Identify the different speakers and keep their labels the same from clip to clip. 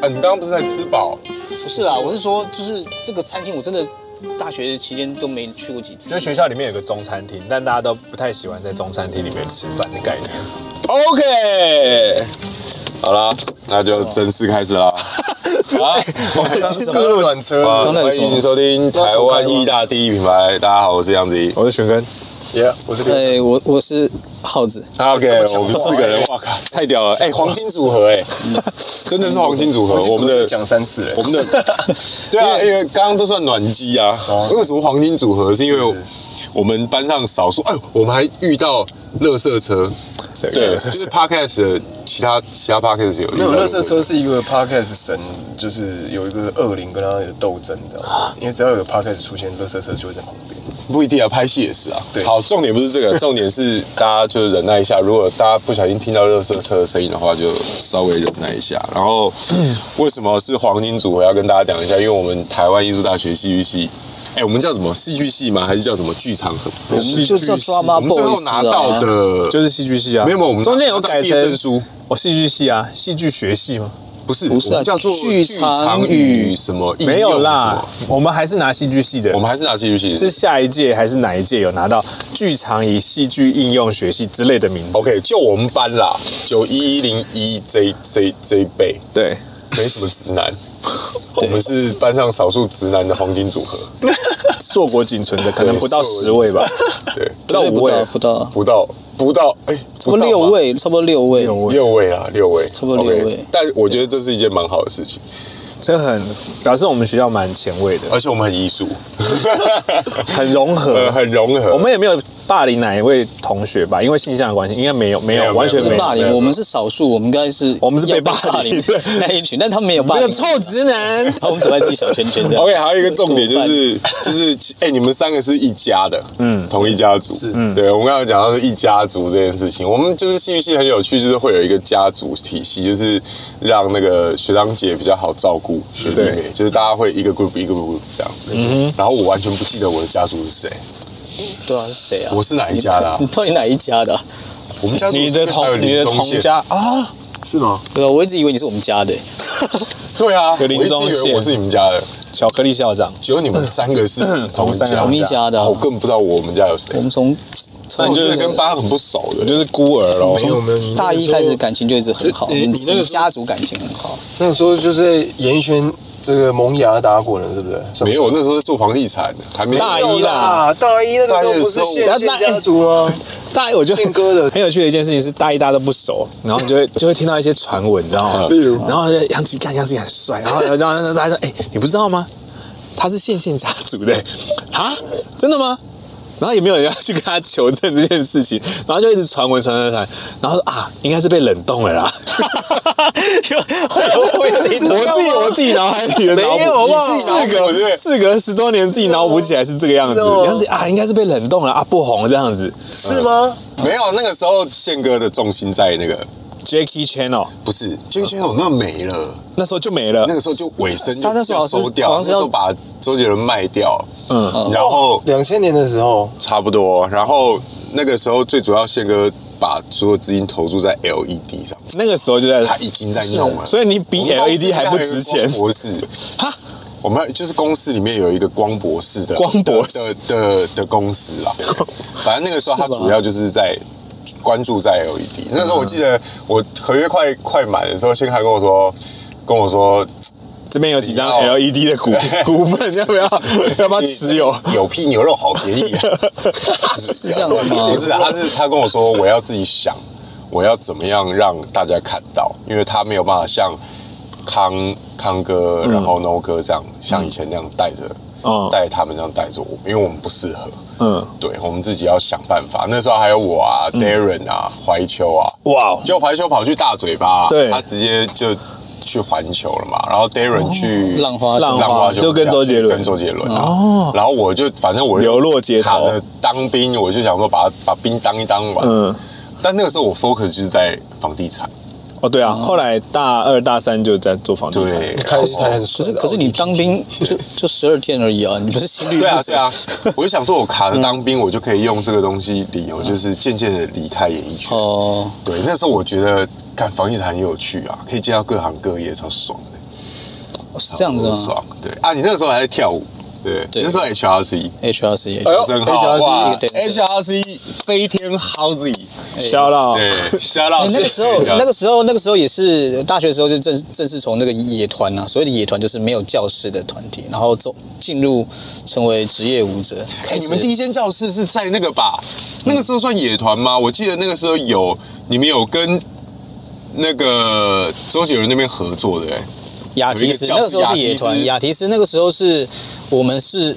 Speaker 1: 啊，你刚刚不是在吃饱？
Speaker 2: 不是啊，我是说，就是这个餐厅，我真的大学期间都没去过几
Speaker 3: 因为
Speaker 2: 次。
Speaker 3: 学校里面有个中餐厅，但大家都不太喜欢在中餐厅里面吃饭的概 念。
Speaker 1: OK，好啦，那就正式开始啦。 好，
Speaker 3: 这是什么乱车
Speaker 1: 啊
Speaker 2: 刚才
Speaker 1: 欢
Speaker 2: 是什么
Speaker 1: 迎收听台湾一大第一品牌。大家好，我是杨子怡。
Speaker 3: 我是玄根，耶，我是
Speaker 2: 对，哎我我是耗子，
Speaker 1: OK，我们四个人，哇靠，太屌了！哎，黄金组合，哎，真的是黄金组合。我们的
Speaker 3: 讲三次了
Speaker 1: 我们的 对啊，因为刚刚都算暖机啊。为什么黄金组合？是因为我们班上少数，哎，我们还遇到乐色车。对，就是 podcast 的其他其他 podcast 有遇
Speaker 4: 没
Speaker 1: 到
Speaker 4: 有，
Speaker 1: 乐
Speaker 4: 乐
Speaker 1: 色
Speaker 4: 色
Speaker 1: 车。
Speaker 4: 车是一个 podcast 神，就是有一个恶灵跟他有斗争的，因为只要有 podcast 出现，乐色车就会在旁边。
Speaker 1: 不一定啊，拍戏也是啊。
Speaker 4: 对
Speaker 1: 好，重点不是这个，重点是大家就忍耐一下。如果大家不小心听到热色车的声音的话，就稍微忍耐一下。然后，为什么是黄金组合？要跟大家讲一下，因为我们台湾艺术大学戏剧系，哎，我们叫什么戏剧系吗？还是叫什么剧场什么？
Speaker 2: 我们就叫
Speaker 1: 我
Speaker 2: drama
Speaker 1: 们最后
Speaker 2: boys
Speaker 1: 拿到
Speaker 2: 啊。
Speaker 1: 的
Speaker 3: 就是戏剧系啊。
Speaker 1: 没有，没有我们
Speaker 3: 中间有
Speaker 1: 拿到
Speaker 3: 改
Speaker 1: 毕业证
Speaker 3: 成
Speaker 1: 书，
Speaker 3: 哦，戏剧系啊，戏剧学系吗？
Speaker 1: 不是，
Speaker 2: 不是啊
Speaker 1: 我们叫做
Speaker 2: 剧场与
Speaker 1: 与什么应用
Speaker 3: 没有
Speaker 1: 什
Speaker 3: 啦
Speaker 1: 么，
Speaker 3: 我们还是拿戏剧系的
Speaker 1: 我。们还是拿戏剧系
Speaker 3: 是下一届还是哪一届有拿到剧场以戏剧应用学系之类的名字？
Speaker 1: OK，就我们班啦，九一一零一这这这一辈，
Speaker 3: 对，
Speaker 1: 没什么直男，我们是班上少数直男的黄金组合，
Speaker 3: 硕果仅存的，可能
Speaker 1: 对
Speaker 3: 不到
Speaker 1: 硕果
Speaker 3: 十位吧，
Speaker 1: 对，
Speaker 3: 不到
Speaker 2: 对
Speaker 3: 五
Speaker 2: 不到
Speaker 3: 位。
Speaker 2: 不到，
Speaker 1: 不到不到，哎、
Speaker 2: 差
Speaker 1: 不
Speaker 2: 不
Speaker 1: 到
Speaker 2: 多
Speaker 1: 吧
Speaker 2: 六，位，差不多六位。
Speaker 1: 六位啦，六位，
Speaker 2: 差不多六位
Speaker 1: OK，但我觉得这是一件蛮好的事情，
Speaker 3: 这很表示我们学校蛮前卫的，
Speaker 1: 而且我们很艺术，
Speaker 3: 很融
Speaker 1: 呃，
Speaker 3: 合。
Speaker 1: 很融合。
Speaker 3: 我们也没有霸凌哪一位同学吧，因为性向的关系，应该没有，没
Speaker 1: 没
Speaker 3: 有，
Speaker 1: 有
Speaker 3: 完全
Speaker 2: 不是
Speaker 3: 没有。
Speaker 2: 霸
Speaker 3: 没
Speaker 2: 凌，
Speaker 3: 有
Speaker 2: 我们是少数，我们应该是
Speaker 3: 我们是被
Speaker 2: 要
Speaker 3: 霸凌 的
Speaker 2: 那一群，但他们没有霸
Speaker 3: 这
Speaker 2: 凌
Speaker 3: 个，臭直男，
Speaker 2: 我们躲在自己小圈 圈这样。
Speaker 1: OK，还有一个重点
Speaker 2: 怎
Speaker 1: 就
Speaker 2: 么办
Speaker 1: 是就是哎、你们三个是一家的，嗯，同一家族，嗯，对我们刚刚讲到是一家族这件事情，我们就是戏剧系很有趣，就是会有一个家族体系，就是让那个学长姐比较好照顾学弟妹，就是大家会一个 group 一个 group 这样子，嗯然后我完全不记得我的家族是谁，
Speaker 2: 对啊，是谁啊？
Speaker 1: 我是哪一家的啊、
Speaker 2: 你到底哪一家的啊？
Speaker 1: 我们家族
Speaker 3: 你
Speaker 1: 还
Speaker 3: 的
Speaker 1: 有
Speaker 3: 同
Speaker 1: 林
Speaker 3: 你的
Speaker 1: 宗
Speaker 3: 同
Speaker 1: 宪，
Speaker 3: 家啊，
Speaker 4: 是吗？
Speaker 2: 对啊，我一直以为你是我们家的。欸
Speaker 1: 对啊，我
Speaker 3: 有
Speaker 1: 一
Speaker 3: 林
Speaker 1: 直
Speaker 3: 宗
Speaker 1: 以为
Speaker 3: 宪
Speaker 1: 我是你们家的，
Speaker 3: 巧克力校长，
Speaker 1: 结果你 们三个是同一
Speaker 3: 同三个
Speaker 1: 家，
Speaker 2: 同一家的啊
Speaker 1: 我根本不知道我们家有谁
Speaker 2: 我，们从
Speaker 1: 那
Speaker 2: 从
Speaker 1: 你就是
Speaker 3: 是
Speaker 1: 跟八很不熟
Speaker 3: 我
Speaker 1: 的。
Speaker 3: 就是孤儿 喽。
Speaker 4: 没有没有，你那
Speaker 2: 哦大
Speaker 4: 个
Speaker 2: 一
Speaker 4: 时候
Speaker 2: 开始感情就一直很好，我
Speaker 4: 这你
Speaker 2: 们
Speaker 4: 你那个时候
Speaker 2: 我们家族感情很 好。
Speaker 4: 那个时候就是在演艺圈这个萌芽打滚了，对不对？
Speaker 1: 没有，那时候在做房地产，还没
Speaker 3: 大一
Speaker 4: 有
Speaker 3: 啦
Speaker 4: 啦，大一那个时候不是
Speaker 3: 大
Speaker 4: 现
Speaker 3: 一的时候
Speaker 4: 现家族吗？
Speaker 3: 大一我就
Speaker 4: 宪哥的
Speaker 3: 很有趣的一件事情是，大一大家都不熟，然后 就会就会听到一些传闻，你知
Speaker 4: 啊
Speaker 3: 道吗？
Speaker 1: 例
Speaker 3: 如，然后就杨子看杨子很帅，然后 然后然后大家说，哎、你不知道吗？他是线线家族的、 啊，真的吗？然后也没有人要去跟他求证这件事情，然后就一直传闻传传传，然后说啊，应该是被冷冻了啦。 我自己我自己脑海里的脑补，
Speaker 4: 没有好不好
Speaker 3: 你自己
Speaker 1: 四个对不对
Speaker 3: 事隔十多年，自己脑补起来是这个样子
Speaker 4: 真
Speaker 1: 哦
Speaker 4: 的。吗
Speaker 3: 杨子啊，应该是被冷冻了啊，不红这样子。
Speaker 4: 是吗？
Speaker 1: 没有，那个时候宪哥的重心在那个
Speaker 3: Jackie Chan 哦，
Speaker 1: 不
Speaker 2: 嗯
Speaker 1: 是，就圈有那没了，
Speaker 3: 那时候就没了
Speaker 1: 那。个时候就尾声就
Speaker 2: 呃他那时候好像是
Speaker 1: 收掉，
Speaker 2: 好
Speaker 1: 那
Speaker 2: 像是
Speaker 1: 时
Speaker 2: 要哦
Speaker 1: 候把周杰伦卖掉，
Speaker 3: 嗯，
Speaker 1: 然后
Speaker 4: 两千年的时候，
Speaker 1: 差不多，然后那个时候最主要宪哥把所有资金投注在 LED 上，
Speaker 3: 那个时候就
Speaker 2: 呃
Speaker 3: 在，
Speaker 1: 他已经在弄了，
Speaker 3: 所以你比 LED 还不值钱。
Speaker 1: 博士
Speaker 3: 哈，
Speaker 1: 我们就是公司里面有一个光博士的
Speaker 3: 光博士
Speaker 1: 的的的的公司 啦，反正那个时候他主要就是在关注在 LED。那时
Speaker 3: 嗯
Speaker 1: 候我记得我合约快快满的时候，先还跟我说跟我说
Speaker 3: 这边有几张
Speaker 1: 你要
Speaker 3: LED 的股股份，要不要要不要持有？
Speaker 1: 有屁牛肉好便 宜啊，是
Speaker 2: 这样子吗
Speaker 1: 不是啊，他是他跟我说我要自己想，我要怎么样让大家看到，因为他没有办法像康康哥，然后 No 哥这样，像以前那样带着。
Speaker 3: 嗯
Speaker 1: 带着他们这样带着我，因为我们不适合，
Speaker 3: 嗯，
Speaker 1: 对我们自己要想办法。那时候还有我啊、d a r r e n 啊、怀秋啊，
Speaker 3: 哇哦，
Speaker 1: 就怀秋跑去大嘴巴，
Speaker 3: 对哦
Speaker 1: 他直接就去环球了嘛。然后 Darren 去
Speaker 2: 浪花
Speaker 3: 浪
Speaker 1: 浪花
Speaker 3: 就跟周杰伦啊
Speaker 1: 跟周杰伦哦。然后我就反正我
Speaker 3: 流落街
Speaker 1: 卡
Speaker 3: 头
Speaker 1: 着。当兵，我就想说把把兵当一当完。
Speaker 3: 嗯，
Speaker 1: 但那个时候我 focus 就是在房地产，
Speaker 3: 哦对啊，后来大二大三就在做嗯房地产。
Speaker 1: 嗯对，
Speaker 4: 开始台很啊
Speaker 2: 可
Speaker 4: 帅
Speaker 2: 是
Speaker 4: 的，
Speaker 2: 可是你当兵就就十二天而已啊，你不是心率
Speaker 1: 对啊，对啊，我就想说，我卡着当兵，我就可以用这个东西理由，就是渐渐的离开演艺圈。
Speaker 2: 哦，
Speaker 1: 对，那时候我觉得干房地产很有趣啊，可以见到各行各业，超爽的。
Speaker 2: 哦是这样子
Speaker 1: 很
Speaker 2: 吗
Speaker 1: 爽，对啊，你那个时候还在跳舞，对，
Speaker 2: 对
Speaker 1: 那时候 HRC，
Speaker 2: ？HRC，
Speaker 1: 哎呦
Speaker 2: HRC
Speaker 1: 真好哎哇
Speaker 2: 一个 dancer
Speaker 1: ，HRC 飞天 Housey，
Speaker 3: 笑到
Speaker 1: 对，吓到
Speaker 2: 哎那个时候，那个时候，那个时候也是大学的时候，就正正式从那个野团啊，所谓的野团就是没有教室的团体，然后走进入成为职业舞者。
Speaker 1: 哎、
Speaker 2: 开始
Speaker 1: 你们第一间教室是在那个吧？那个时候算野团吗？我记得那个时候有你们有跟那个周杰伦那边合作的、哎，
Speaker 2: 雅提斯
Speaker 1: 有一个教室
Speaker 2: 那个时候是野
Speaker 1: 雅提
Speaker 2: 团，
Speaker 1: 斯
Speaker 2: 雅提斯那个时候是我们是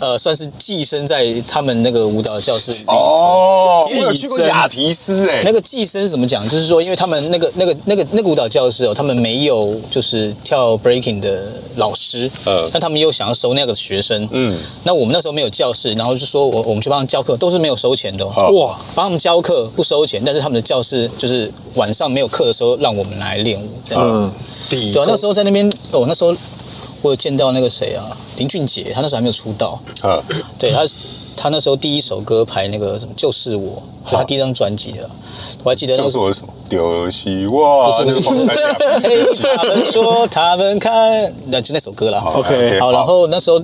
Speaker 2: 呃算是寄生在他们那个舞蹈教室里。
Speaker 1: 哦
Speaker 2: 自
Speaker 1: 我
Speaker 2: 己
Speaker 1: 有去过雅提斯、哎
Speaker 2: 那，个寄生是怎么讲？就是说，因为他们那个那个那个那个舞蹈教室哦，他们没有就是跳 breaking 的老师，
Speaker 1: 嗯
Speaker 2: 但他们又想要收那个学生，
Speaker 1: 嗯，
Speaker 2: 那我们那时候没有教室，然后就说我我们去帮他们教课，都是没有收钱的、哦。
Speaker 1: 哦
Speaker 2: 哇，帮他们教课不收钱，但是他们的教室就是晚上没有课的时候，让我们来练舞。这样子。
Speaker 3: 嗯，底
Speaker 2: 对啊，那时候在那边，哦，那时候我有见到那个谁啊，林俊杰，他那时候还没有出道，
Speaker 1: 呃，
Speaker 2: 对他他那时候第一首歌排那个什么就是我，就他第一张专辑的，我还记得那
Speaker 1: 就
Speaker 2: 个
Speaker 1: 是我什么丢希望，那 个黄山两
Speaker 2: 嘿 哎他们说他们看，那就那首歌啦。
Speaker 1: 好
Speaker 3: OK，
Speaker 2: 好，然后那时候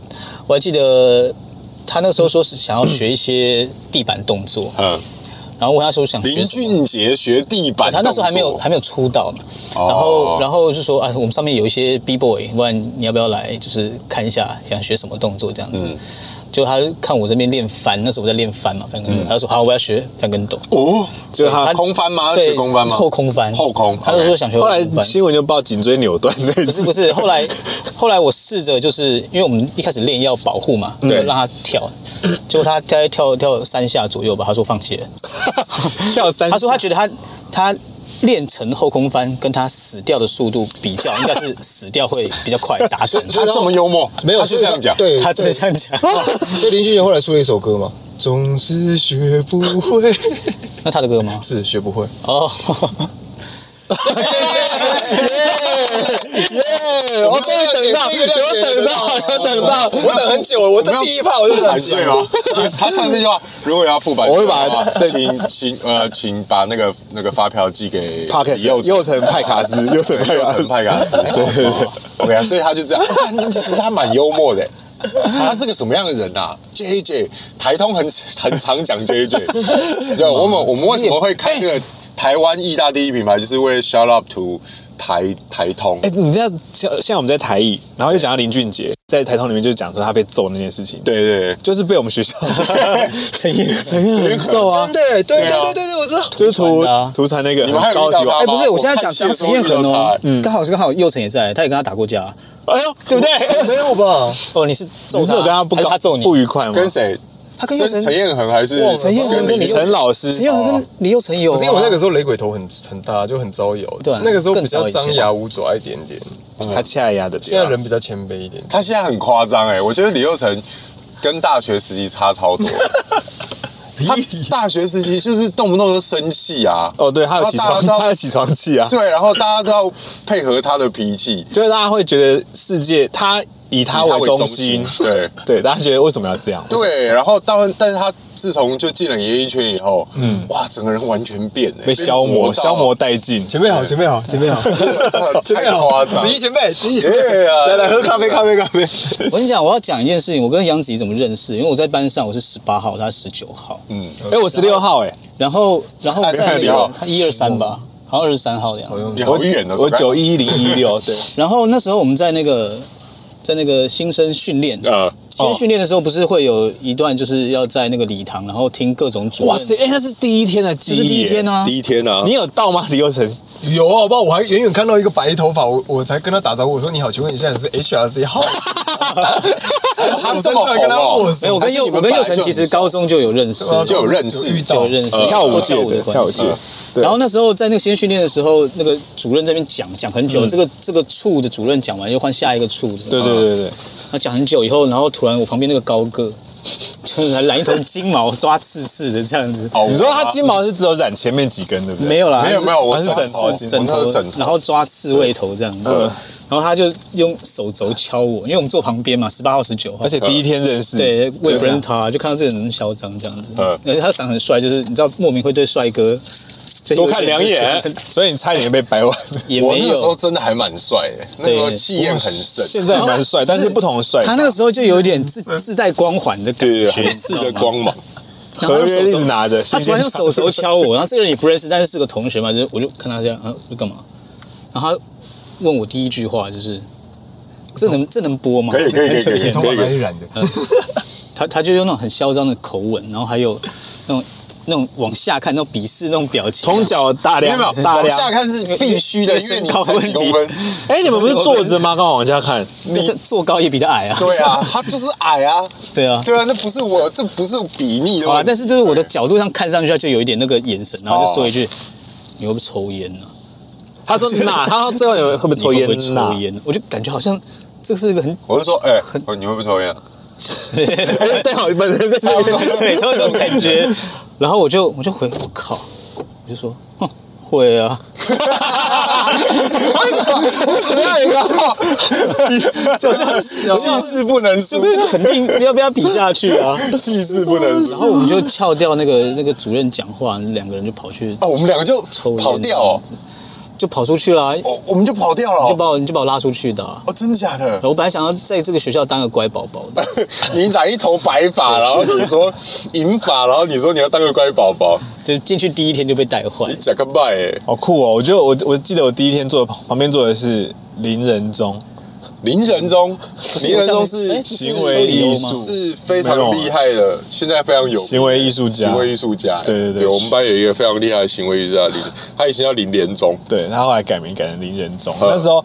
Speaker 2: 我还记得他那时候说是想要学一些地板动作，
Speaker 1: 嗯，
Speaker 2: 然后我问他说想学
Speaker 1: 林
Speaker 2: 什么。
Speaker 1: 俊杰学地板，
Speaker 2: 哎啊他那时候还没有，还没有出道嘛，
Speaker 1: 哦
Speaker 2: 然后然后就说啊，我们上面有一些 B boy，不然你要不要来就是看一下想学什么动作这样子？
Speaker 1: 嗯
Speaker 2: 就他看我这边练翻，那时候我在练翻嘛，翻跟斗，他就说好，我要学翻跟斗，
Speaker 1: 哦，
Speaker 3: 就他
Speaker 2: 他
Speaker 1: 嗯空翻吗？
Speaker 2: 对
Speaker 1: 学空翻吗？
Speaker 2: 后空翻，
Speaker 1: 后空
Speaker 2: 他就说想学
Speaker 3: 后
Speaker 2: 后
Speaker 3: 来
Speaker 2: 空翻。
Speaker 3: 新闻就报颈椎扭断 那
Speaker 2: 不是
Speaker 3: 次，
Speaker 2: 不是，后来 后来我试着就是因为我们一开始练要保护嘛，就
Speaker 3: 对
Speaker 2: 让他跳，结果他大概跳跳三下左右吧，他说放弃了，
Speaker 3: 跳三下，
Speaker 2: 他说他觉得他他练成后空翻跟他死掉的速度比较，应该是死掉会比较快打 散。
Speaker 1: 他这么幽默，
Speaker 5: 没有
Speaker 1: 他就这样讲，
Speaker 5: 对，
Speaker 2: 他真的
Speaker 5: 对
Speaker 2: 这样讲，
Speaker 5: 所以林俊杰后来出了一首歌嘛，总是学不会，
Speaker 2: 那他的歌吗？
Speaker 5: 是学不会。
Speaker 2: 哦，
Speaker 1: 我终
Speaker 2: 哎
Speaker 1: 于 等到，
Speaker 4: 哦
Speaker 1: 我等到，我等到，我等很久了。我这第一趴我就很醉 吗？他唱这句话，如果要付版，我会把请请呃，请把那个那个发票寄给
Speaker 3: Podcast，
Speaker 1: 右
Speaker 3: 右城派卡斯
Speaker 1: 右城右城派卡 斯，对对对。OK，啊所以他就这样，但其实他蛮幽默的。他是个什么样的人啊？J J，台通很很常讲 J J。对，我 们我们为什么会开这个台湾义大第一品牌，就是为 Shout Up to 台台通
Speaker 3: 哎、。你这样像像我们在台艺，然后又讲到林俊杰，在台通里面就讲说他被揍那件事情，，
Speaker 1: 对对对。
Speaker 3: 就是被我们学校陈彦陈彦很揍啊
Speaker 5: 真，的，对对
Speaker 1: 对啊
Speaker 5: 对对对，我知道。
Speaker 3: 就是图
Speaker 2: 传的啊
Speaker 3: 图传那个
Speaker 1: 你们还
Speaker 3: 很
Speaker 1: 有
Speaker 3: 高
Speaker 1: 遇
Speaker 3: 的
Speaker 1: 到
Speaker 3: 地
Speaker 1: 他
Speaker 3: 方
Speaker 1: 吗？
Speaker 2: 哎、不是，我现在
Speaker 1: 看
Speaker 2: 讲
Speaker 1: 谢
Speaker 2: 讲
Speaker 1: 谢
Speaker 2: 陈彦
Speaker 1: 说遇
Speaker 2: 恒
Speaker 1: 到
Speaker 2: 哦
Speaker 1: 他，
Speaker 2: 刚好是刚好佑成也在，他也跟他打过架，
Speaker 3: 哎呦，
Speaker 2: 对不对？
Speaker 5: 没有吧？
Speaker 2: 哦，你是揍
Speaker 3: 你是
Speaker 2: 他，
Speaker 3: 有跟他不
Speaker 2: 还是
Speaker 3: 高
Speaker 2: 他揍你？
Speaker 3: 不愉快吗？
Speaker 1: 跟谁？
Speaker 2: 他跟佑
Speaker 1: 跟
Speaker 2: 成
Speaker 1: 陈彦恒还是
Speaker 2: 陈彦恒跟
Speaker 1: 跟
Speaker 2: 李
Speaker 1: 李
Speaker 2: 佑
Speaker 3: 陈老师，
Speaker 2: 陈彦恒跟李佑成有、啊，
Speaker 5: 可是因为我那个时候雷鬼头很很大，就很招摇。
Speaker 2: 对啊
Speaker 5: 那个时候比
Speaker 2: 更招
Speaker 5: 较
Speaker 2: 一些
Speaker 5: 张牙舞爪一点啊点，
Speaker 3: 哦他恰压的，
Speaker 5: 现在人比较谦卑一点。
Speaker 1: 他现在很夸张哎，我觉得李佑成跟大学时期差超多。他大学时期就是动不动就生气啊，
Speaker 3: 哦，对，他有起床，
Speaker 1: 他大
Speaker 3: 他有起床气啊，
Speaker 1: 对，然后大家都要配合他的脾气，
Speaker 3: 就是大家会觉得世界他以
Speaker 1: 以他
Speaker 3: 他为
Speaker 1: 为
Speaker 3: 中
Speaker 1: 中
Speaker 3: 心，
Speaker 1: 心对
Speaker 3: 对，大家觉得为什么要这样？
Speaker 1: 对，然后当然，但是他自从就进了演艺圈以后，嗯，哇，整个人完全变哎
Speaker 3: 被消磨 消，磨殆尽，
Speaker 5: 前辈好，前辈好，前 辈好，
Speaker 1: 被磨到太夸张
Speaker 5: 子。怡前辈，子怡前辈，
Speaker 1: 对啊，
Speaker 5: 来来喝咖啡，咖啡，咖啡。
Speaker 2: 我跟你讲，我要讲一件事情，我跟杨子怡怎么认识？因为我在班上，我是十八号，他十九号，
Speaker 1: 嗯，
Speaker 3: 哎，我十六号哎，
Speaker 2: 然后然后
Speaker 1: 他
Speaker 2: 在那
Speaker 1: 几号
Speaker 2: 个他一二三吧，好像二十三号的样子。
Speaker 1: 你好远哦，
Speaker 3: 我
Speaker 1: 大概
Speaker 3: 九一零一六，对，
Speaker 2: 然后那时候我们在那个在那个新生训练，
Speaker 1: 呃，
Speaker 2: 新生训练的时候不是会有一段就是要在那个礼堂，然后听各种主任，
Speaker 3: 哇塞，哎，那是第一天的记
Speaker 2: 这是
Speaker 3: 忆，
Speaker 2: 第一天啊，
Speaker 1: 第一天啊
Speaker 3: 哎，，你有到吗？李佑成，
Speaker 5: 有啊，好不好？我还远远看到一个白头发，我我才跟他打招呼，我说你好，请问一下你是 HRC 号？
Speaker 1: 他
Speaker 5: 他
Speaker 1: 这么红
Speaker 5: 跟他
Speaker 1: 哦
Speaker 5: 握手
Speaker 2: 没有，
Speaker 1: 还是你
Speaker 2: 我跟佑
Speaker 1: 们
Speaker 2: 我跟佑
Speaker 1: 本来
Speaker 2: 成
Speaker 1: 就
Speaker 2: 其实
Speaker 1: 很熟哦
Speaker 2: 高中就有认识，
Speaker 5: 对啊
Speaker 1: 就有认识啊
Speaker 5: 遇到
Speaker 2: 就有认识，
Speaker 3: 跳舞界
Speaker 2: 做
Speaker 3: 的
Speaker 2: 的
Speaker 3: 跳舞
Speaker 2: 关系
Speaker 3: 界，对
Speaker 2: 然后那时候在那个先训练的时候，那个主任在那边讲讲很
Speaker 1: 嗯
Speaker 2: 久，这个这个处的主任讲完又换下一个处，
Speaker 3: 对对对
Speaker 1: 啊
Speaker 3: 对，
Speaker 2: 他讲很久以后，然后突然我旁边那个高个， 就是还染一头金毛，抓刺刺的这样子，
Speaker 1: 好
Speaker 3: 你说他金毛是只有染前面几根，对不对？
Speaker 2: 没有啦，
Speaker 1: 没有没有，我
Speaker 3: 还是枕头
Speaker 1: 是
Speaker 2: 枕
Speaker 1: 我那
Speaker 2: 头
Speaker 1: 是枕头，呃
Speaker 2: 然后抓刺猬头这样子，然后他就用手肘敲我，因为我们坐旁边嘛，十八号十九号，呃
Speaker 3: 而且第一天认识，
Speaker 2: 对，我也不
Speaker 3: 这
Speaker 2: 认
Speaker 3: 样
Speaker 2: 识他，就看到这个人嚣张这样子。
Speaker 1: 嗯
Speaker 2: 而且他长得很帅，就是你知道莫名会对帅哥
Speaker 3: 所以
Speaker 1: 多看两眼
Speaker 3: 所以你差一点被掰弯。
Speaker 2: 也
Speaker 1: 我
Speaker 2: 没
Speaker 1: 那个时候
Speaker 2: 有。
Speaker 1: 真的还蛮帅的，那个时候气焰很盛，
Speaker 3: 现在蛮帅，但是不同的帅。
Speaker 2: 他那个时候就有点自自带光环的感
Speaker 1: 对嗯对，
Speaker 2: 觉，
Speaker 1: 很刺的光芒。
Speaker 3: 合约一直拿着，
Speaker 2: 他突然用手肘敲我，然后这个人也不认识，但是是个同学嘛，就是我就看他这样，嗯、啊，就干嘛？然后他问我第一句话就是：“这能这能播吗？”
Speaker 1: 可以可以可以可以
Speaker 2: 很久前
Speaker 5: 头发哪里染的？
Speaker 2: 他他就用那种很嚣张的口吻，然后还有那种那种往下看、那种鄙视那种表情，啊
Speaker 3: 从脚大
Speaker 1: 没有
Speaker 3: 量
Speaker 1: 没有，
Speaker 3: 大
Speaker 1: 往
Speaker 3: 量。
Speaker 1: 下看是必须的，因为你才几公分。
Speaker 3: 哎，你们不是坐着吗？刚好往下看，
Speaker 2: 你坐高也比他矮啊。
Speaker 1: 对 啊，他就是矮啊，
Speaker 2: 对啊。
Speaker 1: 对啊，那不是我，这不是比例的
Speaker 2: 好啊，
Speaker 1: 问题。
Speaker 2: 但是就是我的角度上看上去，他就有一点那个眼神，然后就说一句：“你会不会抽烟呢、啊？
Speaker 3: 他说哪？他说最后有会不会抽
Speaker 2: 你会
Speaker 3: 烟
Speaker 2: 不会？抽
Speaker 3: 哪？
Speaker 2: 烟？”我就感觉好像这是一 个很
Speaker 1: 我就说，哎，你会不会抽烟啊？
Speaker 3: 哎对，好，本身在这 边
Speaker 2: 对，都有这种感觉。然后我就我就回，我靠，我就说，哼，会啊，
Speaker 1: 为什么？为什么要一个？
Speaker 2: 就这样
Speaker 1: 气势不能输
Speaker 2: 就，是肯定要不要比下去啊。
Speaker 1: 气势不能
Speaker 2: 然
Speaker 1: 输。
Speaker 2: 后我们就撬掉那个那个主任讲话，两个人就跑去
Speaker 1: 哦，我们两个就
Speaker 2: 抽烟，
Speaker 1: 跑掉哦，，
Speaker 2: 就跑出去啦，
Speaker 1: 哦， 我们就跑掉了
Speaker 2: 就
Speaker 1: 哦。
Speaker 2: 把我你就把我拉出去的啊。
Speaker 1: 哦，真的假的？
Speaker 2: 我本来想要在这个学校当个乖宝宝的，
Speaker 1: 你染一头白发， 然后你说银发，然后你说你要当个乖宝宝，
Speaker 2: 就进去第一天就被带坏
Speaker 1: 你。讲个拜哎，
Speaker 3: 好酷哦！我觉得我我记得我第一天坐的旁旁边坐的是林仁宗，
Speaker 1: 林仁宗，林仁宗
Speaker 2: 哎
Speaker 1: 是
Speaker 3: 行为艺术
Speaker 1: 是非常厉害的，现在非常有名啊
Speaker 3: 行为艺术家
Speaker 1: 行。为艺术家。
Speaker 3: 对对对
Speaker 1: 我们班有一个非常厉害的行为艺术家林，他以前叫林连宗，
Speaker 3: 对，他后来改名改成林仁宗。
Speaker 1: 嗯
Speaker 3: 那时候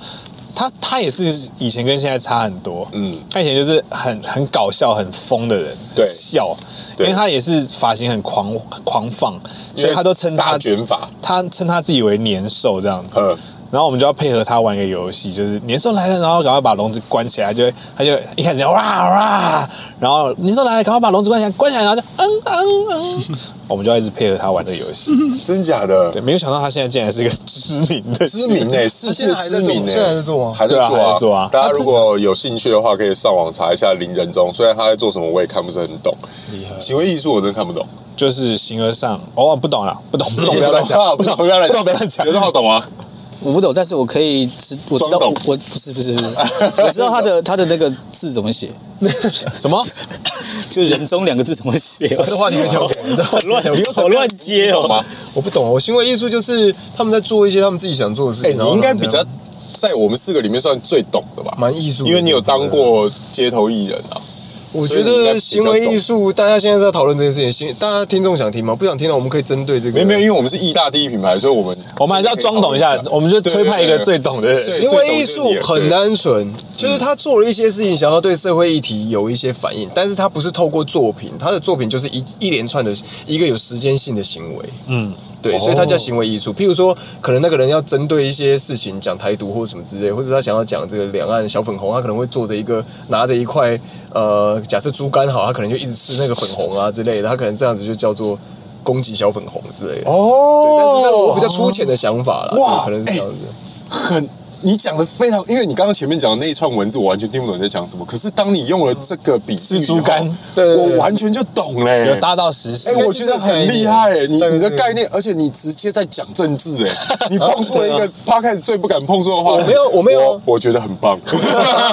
Speaker 3: 他他也是以前跟现在差很多，
Speaker 1: 嗯
Speaker 3: 嗯，他以前就是很很搞笑、很疯的人，
Speaker 1: 对
Speaker 3: 笑，因
Speaker 1: 对
Speaker 3: 为他也是发型很狂狂放，所以他都称
Speaker 1: 大
Speaker 3: 他
Speaker 1: 卷发，
Speaker 3: 他称他自己为年兽这样子。
Speaker 1: 嗯，
Speaker 3: 然后我们就要配合他玩一个游戏，就是年兽来了，然后赶快把笼子关起来，就会他就一开始哇哇，然后年兽来了，赶快把笼子关起来，关起来，然后就嗯嗯嗯， 我们就要一直配合他玩这个游 戏。
Speaker 1: 真假的
Speaker 3: 对，，没有想到他现在竟然是一个知名欸的
Speaker 1: 知名哎，世界
Speaker 5: 现在还在
Speaker 1: 知
Speaker 5: 做
Speaker 1: 名哎，
Speaker 5: 现在还在做吗
Speaker 1: 还在做
Speaker 3: 对啊还
Speaker 1: 啊，
Speaker 3: 在做啊
Speaker 1: 大家如果有兴趣的话，可以上网查一下林仁宗，虽然他在做什么，我也看不是很懂。
Speaker 3: 嗯
Speaker 1: 行为艺术我真的看不懂，
Speaker 3: 就是形而上，偶尔不懂啦，不懂不懂，不要乱讲，
Speaker 1: 讲，不懂不要乱
Speaker 3: 不懂不要乱讲
Speaker 1: 刘正浩懂吗？
Speaker 2: 我不懂，但是我可以知我知道
Speaker 1: 装
Speaker 2: 我
Speaker 1: 懂
Speaker 2: 我不是不是不是，我知道他的他的那个字怎么写，
Speaker 3: 什么？
Speaker 2: 就人中两个字怎么写。
Speaker 5: 这话题有点跳开你知道吗
Speaker 2: 好乱，好乱接
Speaker 1: 懂
Speaker 2: 哦。
Speaker 1: 吗？
Speaker 5: 我不懂，我行为艺术就是他们在做一些他们自己想做的事
Speaker 1: 哎，
Speaker 5: 情。然
Speaker 1: 你
Speaker 3: 啊
Speaker 5: 后
Speaker 1: 应该
Speaker 5: 让
Speaker 1: 比
Speaker 5: 人
Speaker 1: 较在我们四个里面算最懂的吧？
Speaker 5: 蛮艺术的，
Speaker 1: 因为你有当过街头艺人啊。
Speaker 5: 我觉得行为艺术，大家现在在讨论这件事情，行，大家听众想听吗？不想听的，我们可以针对这个。
Speaker 1: 没有没有，因为我们是义大第一品牌，所以我们
Speaker 3: 我们还是要装懂一下，我们就推派一个最懂的人。
Speaker 1: 对
Speaker 5: 行为艺术很单
Speaker 3: 嗯
Speaker 5: 纯，就是他做了一些事情，想要对社会议题有一些反应，但是他不是透过作品，他的作品就是一一连串的一个有时间性的行为。
Speaker 3: 嗯，
Speaker 5: 对，所以它叫行为艺术。譬如说，可能那个人要针对一些事情讲台独或什么之类，或者他想要讲这个两岸小粉红，啊他可能会做着一个拿着一块呃，假设猪肝好，他可能就一直吃那个粉红啊之类的，他可能这样子就叫做攻击小粉红之类的。对，但是那我比较粗浅的想法啦，
Speaker 1: 哇
Speaker 5: 对可能是这样子。
Speaker 1: 很。你讲的非常，因为你刚刚前面讲的那一串文字，我完全听不懂你在讲什么。可是当你用了这个比喻以后，
Speaker 3: 吃猪肝
Speaker 5: 对对对
Speaker 1: 我完全就懂嘞、
Speaker 3: 有搭到实
Speaker 1: 哎、
Speaker 3: 时。
Speaker 1: 我觉得很厉害、你
Speaker 5: 对对
Speaker 1: 你的
Speaker 5: 对
Speaker 1: 概念，而且你直接在讲政治、哎，你碰出了一个 p o d 最不敢碰触的话，
Speaker 5: 我没有我没有
Speaker 1: 我，我觉得很棒，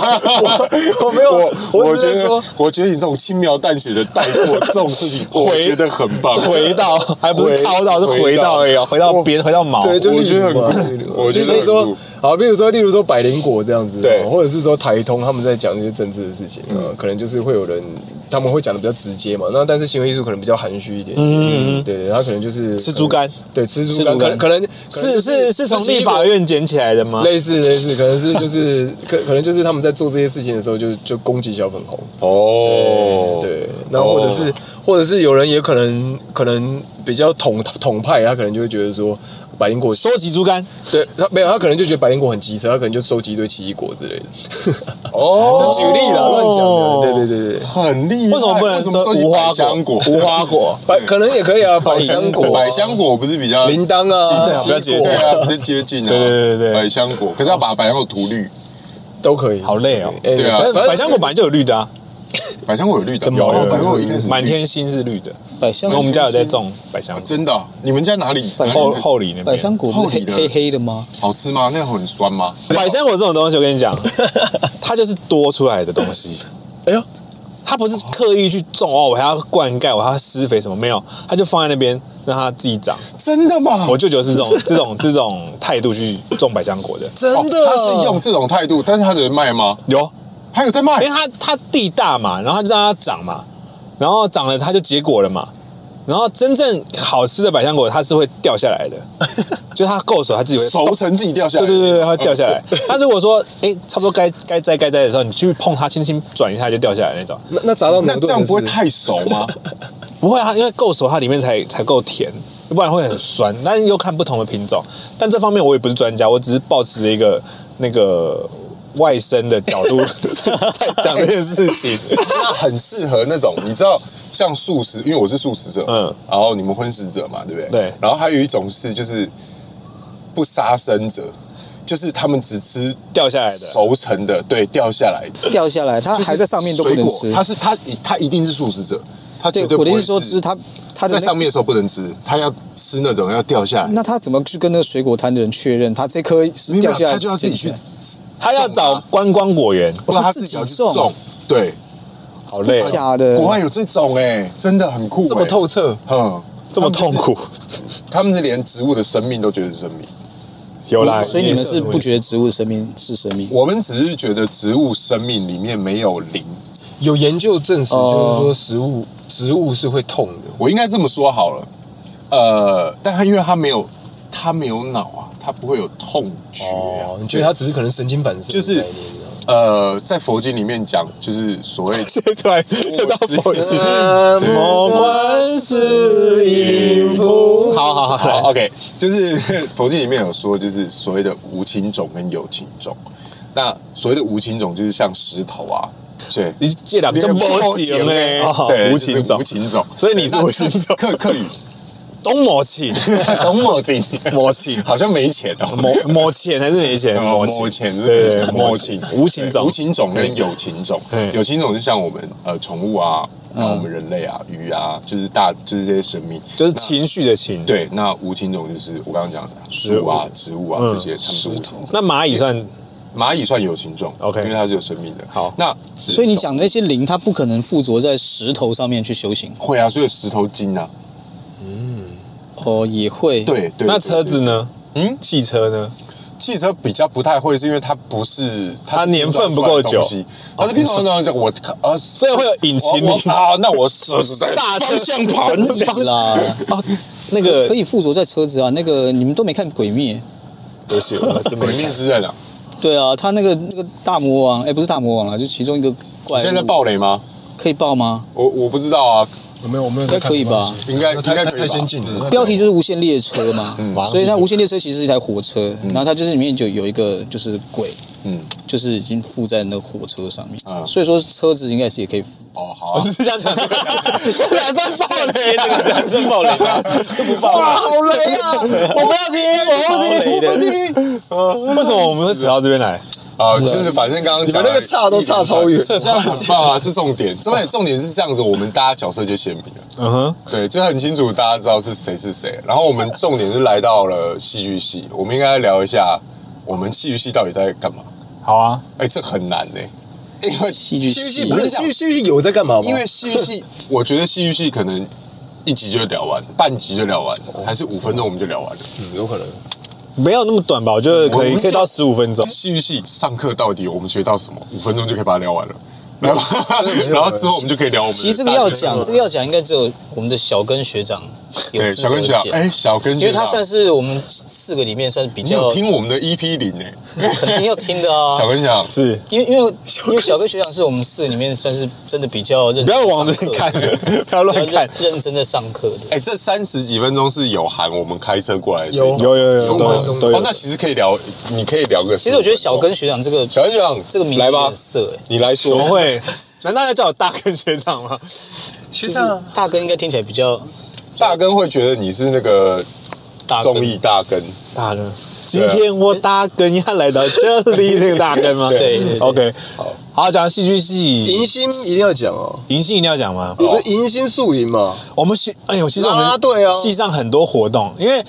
Speaker 1: 我
Speaker 5: 我没有
Speaker 1: 我
Speaker 5: 我只
Speaker 1: 觉
Speaker 5: 是
Speaker 1: 得
Speaker 5: 说，
Speaker 1: 我觉得你这种轻描淡写的带过这种事情，我觉得很棒，
Speaker 3: 回到还不是
Speaker 1: 回
Speaker 3: 掏到，是
Speaker 1: 哎回
Speaker 3: 回
Speaker 1: 到
Speaker 3: 到而已哦，回到边，回到毛。
Speaker 5: 对，就
Speaker 1: 我觉得很
Speaker 5: 例如嘛
Speaker 1: 酷
Speaker 5: 例如
Speaker 1: 我觉得
Speaker 5: 所以
Speaker 1: 很酷
Speaker 5: 说，好，比如说，例如说百灵果这样子，哦
Speaker 1: 对
Speaker 5: 或者是说台通他们在讲这些政治的事情，呃，可能就是会有人他们会讲的比较直接嘛，那但是行为艺术可能比较含蓄一点，嗯嗯，对，对他可能就是
Speaker 3: 吃猪肝，
Speaker 5: 对，吃猪
Speaker 2: 吃
Speaker 5: 肝，
Speaker 2: 猪
Speaker 5: 可
Speaker 2: 肝
Speaker 5: 能可能可能
Speaker 3: 是是是从立法院捡起来的吗？
Speaker 5: 类似类似，可能是就是可可能就是他们在做这些事情的时候就就攻击小粉红，
Speaker 1: 哦，
Speaker 5: 对，然后或者是、或者是有人也可能可能比较统统派，他可能就会觉得说百灵果
Speaker 3: 收集猪肝，
Speaker 5: 对他没有，他可能就觉得百灵果很机车，他可能就收集一堆奇异果之类的。
Speaker 1: 哦
Speaker 5: 就举例啦，乱讲
Speaker 3: 哦
Speaker 5: 的。对对对对，
Speaker 1: 很厉害，
Speaker 3: 为什么不能
Speaker 1: 为什
Speaker 3: 说
Speaker 1: 么收集
Speaker 3: 无花
Speaker 1: 百香果
Speaker 3: 果？？无花果，
Speaker 5: 百可能也可以啊，百香果、
Speaker 1: 百香果不是比较
Speaker 5: 铃铛
Speaker 3: 对啊
Speaker 5: 啊，
Speaker 3: 比较接
Speaker 5: 结
Speaker 3: 近
Speaker 1: 对
Speaker 5: 果
Speaker 1: 啊，比较接近啊，
Speaker 3: 对对对对
Speaker 1: 百香果，可是要把百香果涂绿，
Speaker 5: 都可 以。
Speaker 3: 好累哦。
Speaker 5: 哎，
Speaker 1: 对啊
Speaker 3: 但是
Speaker 5: 反正
Speaker 3: 百香果本来就有绿的啊，
Speaker 1: 百香果有绿的，
Speaker 3: 有
Speaker 1: 哦
Speaker 3: 有
Speaker 1: 百香果一开始是绿的
Speaker 3: 满天星是绿的，
Speaker 2: 百香
Speaker 3: 因为
Speaker 2: 果
Speaker 3: 我们家有在种百香果，
Speaker 1: 真的哦，你们家哪里？
Speaker 2: 百
Speaker 3: 后后里那边
Speaker 2: 百香果不
Speaker 1: 厚
Speaker 2: 是
Speaker 1: 底
Speaker 2: 黑
Speaker 1: 的
Speaker 2: 黑黑的吗？
Speaker 1: 好吃吗？那个很酸吗？
Speaker 5: 啊
Speaker 3: 百香果这种东西，我跟 你讲，它就是多出来的东西。
Speaker 5: 哎呦，
Speaker 3: 它不是刻意去种哦，我还要灌溉，我还要施肥什么没有，它就放在那边让它自己长。
Speaker 1: 真的吗？
Speaker 5: 哦
Speaker 3: 我舅舅是 这种这种这种态度去种百香果的，
Speaker 5: 真的，
Speaker 1: 哦他是用这种态度，但是他能卖吗？
Speaker 3: 有，哎
Speaker 1: 还有在卖
Speaker 5: 哎
Speaker 3: 因为？它它地大嘛，然后它就让它长嘛，然后长了它就结果了嘛，然后真正好吃的百香果它是会掉下来的， 就它够熟它自己会
Speaker 1: 熟成自己掉下来。
Speaker 3: 对对对，对， 它会掉下来。那如果说，哎、差不多该该摘该摘的时候，你去碰它，轻轻转一下就掉下来那种，
Speaker 5: 那那砸到
Speaker 1: 那
Speaker 5: 牛
Speaker 1: 这
Speaker 5: 顿
Speaker 1: 样
Speaker 5: 的
Speaker 1: 不会
Speaker 5: 是
Speaker 1: 太熟吗？
Speaker 3: 不会啊，因为够熟，它里面才才够甜，不然会很酸。但是又看不同的品种，但这方面我也不是专家，我只是保持一个那个外甥的角度在讲这件事情。
Speaker 1: 那很适合那种，你知道，像素食，因为我是素食者，
Speaker 3: 嗯
Speaker 1: 嗯，然后你们荤食者嘛，对不对？
Speaker 3: 对
Speaker 1: 然后还有一种是就是不杀生者，就是他们只吃
Speaker 3: 掉下来的，
Speaker 1: 熟成的，对，掉下来的，
Speaker 2: 掉下来，它还在上面都不
Speaker 1: 就
Speaker 2: 能
Speaker 1: 是水
Speaker 2: 吃
Speaker 1: 果。他是他他一定是素食者，他
Speaker 2: 对
Speaker 1: 绝，对
Speaker 2: 我的
Speaker 1: 不会
Speaker 2: 意思说，吃它它的
Speaker 1: 在
Speaker 2: 那嗯
Speaker 1: 上面的时候不能吃，他要吃那种要掉下来。
Speaker 2: 那他怎么去跟那个水果摊的人确认他这颗是
Speaker 1: 没有
Speaker 2: 掉，下来？
Speaker 1: 他就要自己去，
Speaker 3: 他要找观光果园，
Speaker 1: 不然他
Speaker 2: 自
Speaker 1: 自
Speaker 2: 己
Speaker 1: 己要去
Speaker 2: 种
Speaker 1: 种。对，
Speaker 3: 好累、哦，
Speaker 2: 假的。
Speaker 1: 国外有这种哎、真的很酷、欸。
Speaker 5: 这么，透彻，
Speaker 1: 嗯，
Speaker 3: 这么痛苦。
Speaker 1: 他们是连植物的生命都觉得是生命。
Speaker 3: 有啦，
Speaker 2: 所以你们是不
Speaker 3: 得
Speaker 2: 觉得植物生命是生命？
Speaker 1: 我们只是觉得植物生命里面没有灵。
Speaker 5: 有研究证实，
Speaker 2: 哦
Speaker 5: 就是说食物植物是会痛的。
Speaker 1: 我应该这么说好了，呃，但他因为他没有，他没有脑啊，他不会有痛觉啊。
Speaker 5: 哦你觉得它只是可能神经反射的
Speaker 1: 就是
Speaker 5: 概念你知道吗
Speaker 1: 呃，在佛经里面讲，就是所谓
Speaker 3: 突然又到佛经？
Speaker 1: 我们是音符。
Speaker 3: 好好好，来
Speaker 1: 好，OK，就是佛经里面有说，就是所谓的无情种跟有情种。那所谓的无情种，就是像石头啊，对，
Speaker 3: 你这两个真无情哎，
Speaker 1: 对，
Speaker 3: 无情
Speaker 1: 就是
Speaker 3: 种
Speaker 1: 哦无，情种，
Speaker 3: 所以你是
Speaker 1: 对那
Speaker 3: 无情种
Speaker 1: 客客语，
Speaker 3: 懂魔情，
Speaker 1: 懂某 情，
Speaker 3: 魔情，
Speaker 1: 好像没钱哦，
Speaker 3: 魔魔钱还是没钱？
Speaker 1: 某
Speaker 3: 情
Speaker 1: 某哦钱是
Speaker 3: 对对
Speaker 1: 呃对
Speaker 3: 对
Speaker 1: 某情
Speaker 3: 无情种
Speaker 1: 无情种跟有情种
Speaker 3: 对，嗯
Speaker 1: 有情种就像我们呃宠物啊，然后我们人类啊鱼啊，就是大就是这些生命，
Speaker 3: 就是情绪的情。，
Speaker 1: 对，那无情种就是我刚刚讲的
Speaker 3: 植
Speaker 1: 树啊、植物啊
Speaker 3: 嗯
Speaker 1: 这些，它们是无情种。
Speaker 3: 那蚂蚁算
Speaker 1: 蚂蚁算有情种
Speaker 3: OK
Speaker 1: 因为它是有生命的。
Speaker 3: 好
Speaker 1: 那
Speaker 2: 所以你讲那些灵，它不可能附着在石头上面去修行
Speaker 1: 会啊，所以有石头精啊，
Speaker 2: 哦，也会。，
Speaker 1: 对对。
Speaker 3: 那
Speaker 1: 对
Speaker 3: 车子呢？嗯，汽车呢？
Speaker 1: 汽车比较不太会，是因为它不是
Speaker 3: 它
Speaker 1: 它是
Speaker 3: 年份不够久
Speaker 1: 拼装出来的东西，哦它是拼 装出来的东西。我呃，所
Speaker 3: 以会有引擎铃
Speaker 1: 啊，那我 是是
Speaker 3: 刹车
Speaker 1: 方向 盘
Speaker 2: 可 以啦，
Speaker 1: 啊
Speaker 3: 哦，那
Speaker 2: 可
Speaker 3: 个
Speaker 2: 以附着在车子啊。那个你们都没看《鬼灭》？
Speaker 3: 不是我真没
Speaker 1: 鬼灭之刃啊！
Speaker 2: 对啊，他那个那个大魔王，哎，不是大魔王啦，就其中一个怪
Speaker 1: 你
Speaker 2: 物。
Speaker 1: 现在爆雷吗？
Speaker 2: 可以爆吗？
Speaker 1: 我我不知道啊，
Speaker 5: 我没有，我没有
Speaker 2: 应该可以吧？
Speaker 1: 应该应
Speaker 5: 太
Speaker 1: 该可以吧
Speaker 5: 太先进了。
Speaker 2: 标题就是无限列车嘛，
Speaker 1: 嗯
Speaker 3: 马上
Speaker 2: 所以
Speaker 3: 进
Speaker 2: 它
Speaker 3: 去
Speaker 2: 无限列车其实是一台火车，然后它就是里面就有一个就是鬼，
Speaker 1: 嗯
Speaker 2: 就是已经附在那个火车上面，
Speaker 1: 嗯
Speaker 2: 所以说车子应该是也可以附。
Speaker 1: 哦好
Speaker 3: 我
Speaker 1: 啊，
Speaker 3: 只是想 讲这个，还算爆雷
Speaker 2: 这个
Speaker 3: 的，
Speaker 2: 讲真爆雷，这不爆
Speaker 1: 哇
Speaker 2: 雷。
Speaker 1: 好雷啊！
Speaker 3: 我不要听，我不要听。为什么我们会扯到这边来？
Speaker 1: 啊，就是反正刚刚讲
Speaker 5: 你们那个岔都岔超远
Speaker 1: 这样很棒 啊，这重点，重点重点是这样子，我们大家角色就鲜明了。
Speaker 3: 嗯哼，
Speaker 1: 对，就很清楚，大家知道是谁是谁。然后我们重点是来到了戏剧系，我们应该聊一下我们戏剧系到底在干嘛。
Speaker 3: 好啊，
Speaker 1: 哎，这很难呢、因为
Speaker 2: 戏剧系
Speaker 1: 我
Speaker 5: 不
Speaker 1: 跟
Speaker 5: 是
Speaker 1: 你讲
Speaker 5: 戏，剧戏剧有在干嘛吗？
Speaker 1: 因为戏剧系，我觉得戏剧系可能一集就聊完，半集就聊完，
Speaker 5: 哦
Speaker 1: 还是五分钟我们就聊完了。
Speaker 5: 嗯有可能
Speaker 3: 没有那么短吧？我觉得可以，可以到十五分钟。
Speaker 1: 戏剧系上课到底我们学到什么？五分钟就可以把它聊完了。 然后，然后之后我们就可以聊我们的大学。
Speaker 2: 其实这个要讲，这个要讲，应该只有我们的小根学长有
Speaker 1: 对
Speaker 2: 资
Speaker 1: 小
Speaker 2: 格
Speaker 1: 根学长，
Speaker 2: 讲，
Speaker 1: 哎，小根
Speaker 2: 因
Speaker 1: 学
Speaker 2: 为
Speaker 1: 长
Speaker 2: 他，算是我们四个里面算是比
Speaker 1: 你
Speaker 2: 较
Speaker 1: 有听我们的 EP 零呢？欸
Speaker 2: 肯定要听的啊
Speaker 1: 小。根学长，
Speaker 3: 是，
Speaker 2: 因为因为因为小根学长是我们四个里面算是真的比较认
Speaker 3: 不
Speaker 2: 真
Speaker 3: 要
Speaker 2: 地
Speaker 3: 往
Speaker 2: 上课的，
Speaker 3: 这边看，不
Speaker 2: 比
Speaker 3: 要
Speaker 2: 较
Speaker 3: 乱
Speaker 2: 认
Speaker 3: 看。
Speaker 2: 认真的上课的。
Speaker 1: 哎、这三十几分钟是有含我们开车过来的这一段
Speaker 3: 有有有有
Speaker 1: 15
Speaker 3: 都有
Speaker 1: 分钟
Speaker 3: 都有
Speaker 1: 哦，那其实可以聊，你可以聊个15分钟。
Speaker 2: 其实我觉得小根学长这个
Speaker 1: 小根学长，
Speaker 2: 这个名字
Speaker 1: 来
Speaker 2: 有
Speaker 1: 吧
Speaker 2: 点，色哎，
Speaker 1: 你来
Speaker 3: 怎
Speaker 1: 说。
Speaker 3: 么会？ 难道要叫我大根学长吗？
Speaker 5: 学
Speaker 2: 就是大根应该听起来比较
Speaker 1: 大根会觉得你是那个
Speaker 2: 大根
Speaker 1: 综艺大根？
Speaker 3: 大根，今天我大根要来到这里，这个大根吗？
Speaker 2: 对对对
Speaker 3: ，OK，
Speaker 1: 好，
Speaker 3: 好，讲戏剧系，
Speaker 5: 迎新一定要讲哦，
Speaker 3: 银杏一定要讲吗？
Speaker 5: 你不是迎新宿营嘛？
Speaker 3: 我们系，哎呦，其实我
Speaker 5: 啦啦
Speaker 3: 们
Speaker 5: 队啊
Speaker 3: 系上很多活动，因为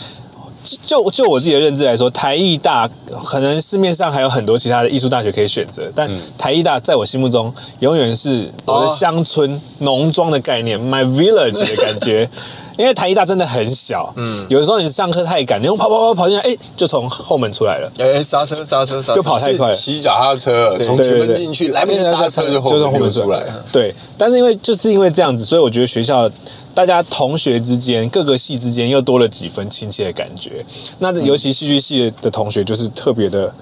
Speaker 3: 就就我自己的认知来说，台艺大可能市面上还有很多其他的艺术大学可以选择，但
Speaker 5: 嗯
Speaker 3: 台艺大在我心目中永远是我的乡村农庄的概念、m y village 的感觉。 因为台艺大真的很小，嗯，有的时候你上课太赶，你用跑跑跑跑进来，哎、就从后门出来了，
Speaker 5: 哎、哎刹车刹车刹车，
Speaker 3: 就跑太快了
Speaker 1: 是。哎骑脚踏车从前面进去，来不及刹车就后
Speaker 3: 就是
Speaker 1: 面溜出来。。
Speaker 3: 对，但是因为就是因为这样子，所以我觉得学校大家同学之间、各个系之间又多了几分亲切的感觉。那尤其戏剧系的同学就是特别的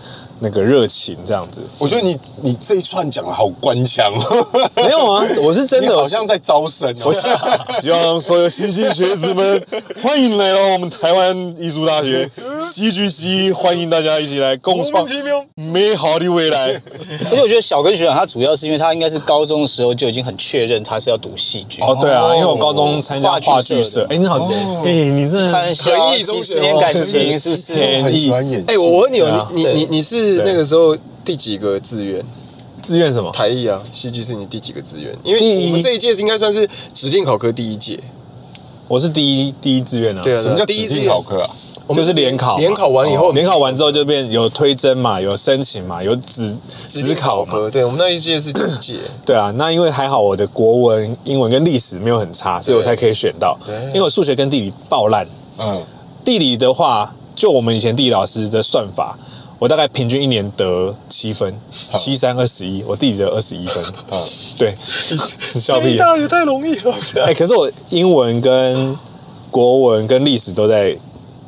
Speaker 3: 那个热情，这样子。
Speaker 1: 我觉得你你这一串讲的好官腔，哦
Speaker 3: 没有啊， 我是真
Speaker 1: 你
Speaker 3: 的，
Speaker 1: 好像在招生哦。
Speaker 3: 我是 希望所有新兴学子们欢迎来到我们台湾艺术大学戏剧系，欢迎大家一起来共 创美好的未来。
Speaker 2: 而且我觉得小根学长他主要是因为他应该是高中的时候就已经很确认他是要读戏剧。
Speaker 3: 哦，对啊，因为我高中参加话
Speaker 2: 话
Speaker 3: 剧
Speaker 2: 剧
Speaker 3: 社
Speaker 2: 社，
Speaker 3: 哎，你好，
Speaker 5: 哦
Speaker 3: 哎，你真
Speaker 2: 看
Speaker 3: 的
Speaker 2: 笑
Speaker 5: 可以
Speaker 2: 几十年感情是不是？
Speaker 1: 很喜欢演戏，
Speaker 5: 哎、我问你
Speaker 3: 对啊
Speaker 5: 哦，你你
Speaker 2: 对
Speaker 5: 你你是那个时候第几个志愿？
Speaker 3: 志愿什么？
Speaker 5: 台艺啊，戏剧是你第几个志愿？因
Speaker 3: 第
Speaker 5: 为
Speaker 3: 一
Speaker 5: 我们这一届应该算是指定考科第一届，
Speaker 3: 我是第一第一志愿啊，
Speaker 5: 对啊，
Speaker 1: 什么叫
Speaker 5: 第一
Speaker 1: 指
Speaker 5: 次
Speaker 1: 定考科啊？
Speaker 5: 我们
Speaker 3: 就是联考嘛，
Speaker 5: 联考完以后，
Speaker 3: 哦联考完之后就变有推甄嘛，有申请嘛，有指指考嘛，
Speaker 5: 科，对我们那一届是第 一届，
Speaker 3: 对啊。那因为还好我的国文、英文跟历史没有很差，所以我才可以选到。因为我数学跟地理爆烂，
Speaker 1: 嗯，
Speaker 3: 地理的话，就我们以前地理老师的算法。我大概平均一年得七分，七三二十一，我地理得二十一分。嗯，对，笑屁啊！
Speaker 4: 大也太容易了。
Speaker 3: 哎、可是我英文跟国文跟历史都在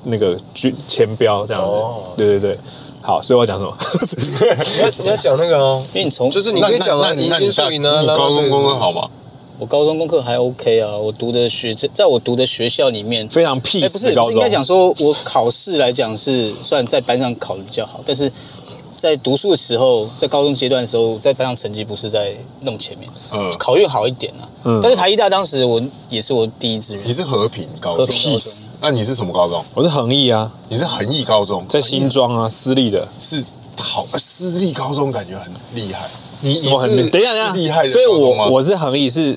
Speaker 3: 那个居前标这样子。对对对，好，所以我要讲什么？
Speaker 5: 你 要你要讲那个哦，
Speaker 2: 因为你从
Speaker 5: 就是你
Speaker 1: 那
Speaker 5: 可以讲啊，
Speaker 1: 那
Speaker 5: 迎
Speaker 1: 那
Speaker 5: 新
Speaker 1: 你
Speaker 5: 宿
Speaker 1: 大
Speaker 5: 营啊，
Speaker 1: 你
Speaker 5: 啦啦
Speaker 1: 高中
Speaker 5: 队
Speaker 1: 功课好吗？
Speaker 2: 我高中功课还 OK 啊，我读的学在我读的学校里面，
Speaker 3: 非常屁
Speaker 2: 哎，不是
Speaker 3: 死
Speaker 2: 不
Speaker 3: 高
Speaker 2: 是
Speaker 3: 中
Speaker 2: 应。该讲说，我考试来讲是算在班上考的比较好，但是在读书的时候，在高中阶段的时候，在班上成绩不是在那么前面，
Speaker 1: 嗯，
Speaker 2: 考运好一点啊。
Speaker 3: 嗯
Speaker 2: 但是台艺大当时我也是我第一志愿
Speaker 1: 你，是和平高
Speaker 2: 和
Speaker 1: 中，
Speaker 2: 平高中
Speaker 1: 那你是什么高中？
Speaker 3: 我是恒毅啊，
Speaker 1: 你是恒毅高中，
Speaker 3: 在新庄啊，私立的。
Speaker 1: 是好私立高中，感觉很厉害。
Speaker 3: 你什么很
Speaker 1: 你
Speaker 3: 厉
Speaker 1: 是
Speaker 3: 等一下，等一
Speaker 1: 厉
Speaker 3: 下，
Speaker 1: 害的
Speaker 3: 所以
Speaker 1: 高中吗
Speaker 3: 我我是恒毅是。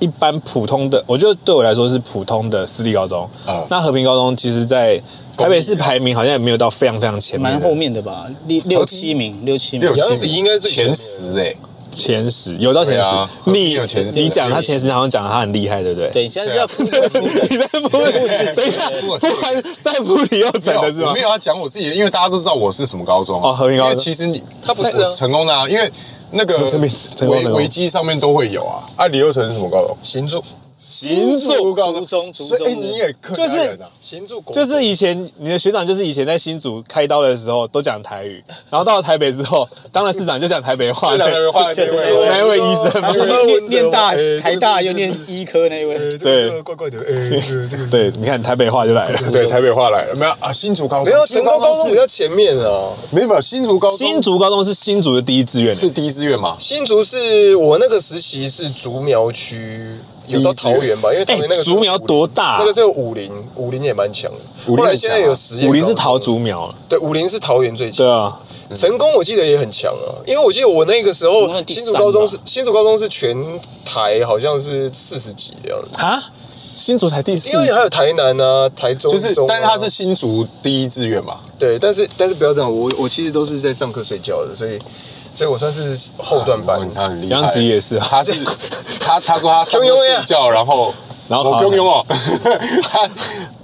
Speaker 3: 一般普通的，我觉得对我来说是普通的私立高中。
Speaker 1: 嗯
Speaker 3: 那和平高中其实，在台北市排名好像也没有到非常非常前面的，
Speaker 2: 蛮后面的吧，六六七名，六七名
Speaker 1: 六。
Speaker 5: 杨
Speaker 1: 七
Speaker 5: 子
Speaker 1: 名
Speaker 5: 应该最
Speaker 1: 前
Speaker 5: 前面
Speaker 1: 十哎，
Speaker 3: 前十，有到前
Speaker 1: 对
Speaker 3: 十。
Speaker 1: 啊和平
Speaker 3: 你
Speaker 1: 有前十
Speaker 3: 你讲他前十，好像讲他很厉害，对不对？
Speaker 2: 对，现在是要复
Speaker 3: 你在不等一下，不然再不理又整了是
Speaker 1: 没有
Speaker 3: 吗
Speaker 1: 我没？有要讲我自己的，因为大家都知道我是什么高中啊
Speaker 3: 哦和平高中
Speaker 1: 因为其实你
Speaker 5: 他不是啊
Speaker 1: 我成功的啊，因为那个
Speaker 3: 这边成功
Speaker 1: 维
Speaker 3: 成功
Speaker 1: 维基上面都会有啊。啊，李佑成是什么高中？
Speaker 5: 行住
Speaker 1: 新
Speaker 2: 竹
Speaker 1: 高中，
Speaker 2: 中竹
Speaker 1: 所以哎
Speaker 2: 中的
Speaker 1: 你也客家人啊？
Speaker 5: 行住国
Speaker 3: 就是以前你的学长，就是以前在新竹开刀的时候都讲台语，然后到了台北之后，当了市长就讲台北话，
Speaker 1: 两个人 画
Speaker 2: 就是
Speaker 3: 哪一位医生嘛？
Speaker 2: 念念大台大又念医科那一位，
Speaker 3: 对
Speaker 5: 怪怪的，哎、 这个这个
Speaker 3: 对，你看台北话就来了。
Speaker 1: 对，台北话来了没有啊？新竹高中
Speaker 5: 没有成功高中比
Speaker 1: 是
Speaker 5: 较前面啊。
Speaker 1: 没有没有新竹高中
Speaker 3: 新竹高中是新竹的第一志愿，欸
Speaker 1: 是第一志愿嘛？
Speaker 5: 新竹是我那个时期是竹苗区，有到桃园吧？因为桃
Speaker 3: 哎
Speaker 5: 园那个，时候
Speaker 3: 竹苗多大啊
Speaker 5: 那？个就有武林，武林也蛮强的。
Speaker 1: 武林很强啊
Speaker 5: 后来现在有实验，
Speaker 3: 武林是桃，竹苗，
Speaker 5: 对，武林是桃园最强
Speaker 3: 对。啊，
Speaker 5: 成功我记得也很强啊，因为我记得我那个时
Speaker 2: 成功
Speaker 5: 候
Speaker 2: 是第
Speaker 5: 新
Speaker 2: 三
Speaker 5: 竹高中是新竹高中是全台好像是四十几的样子，
Speaker 3: 啊，新竹才第四
Speaker 5: 因，为还有台南啊、台中，
Speaker 1: 就是
Speaker 5: 中，啊
Speaker 1: 但是他是新竹第一志愿嘛？
Speaker 5: 对，但是但是不要这样，我我其实都是在上课睡觉的，所以所以我算是后段班。
Speaker 1: 他哦很厉害。
Speaker 3: 杨子也是啊，
Speaker 1: 他是他他说他上课
Speaker 5: 熊熊呀
Speaker 1: 睡觉，然后
Speaker 3: 然后
Speaker 1: 我
Speaker 3: 好
Speaker 1: 丢牛哦， 他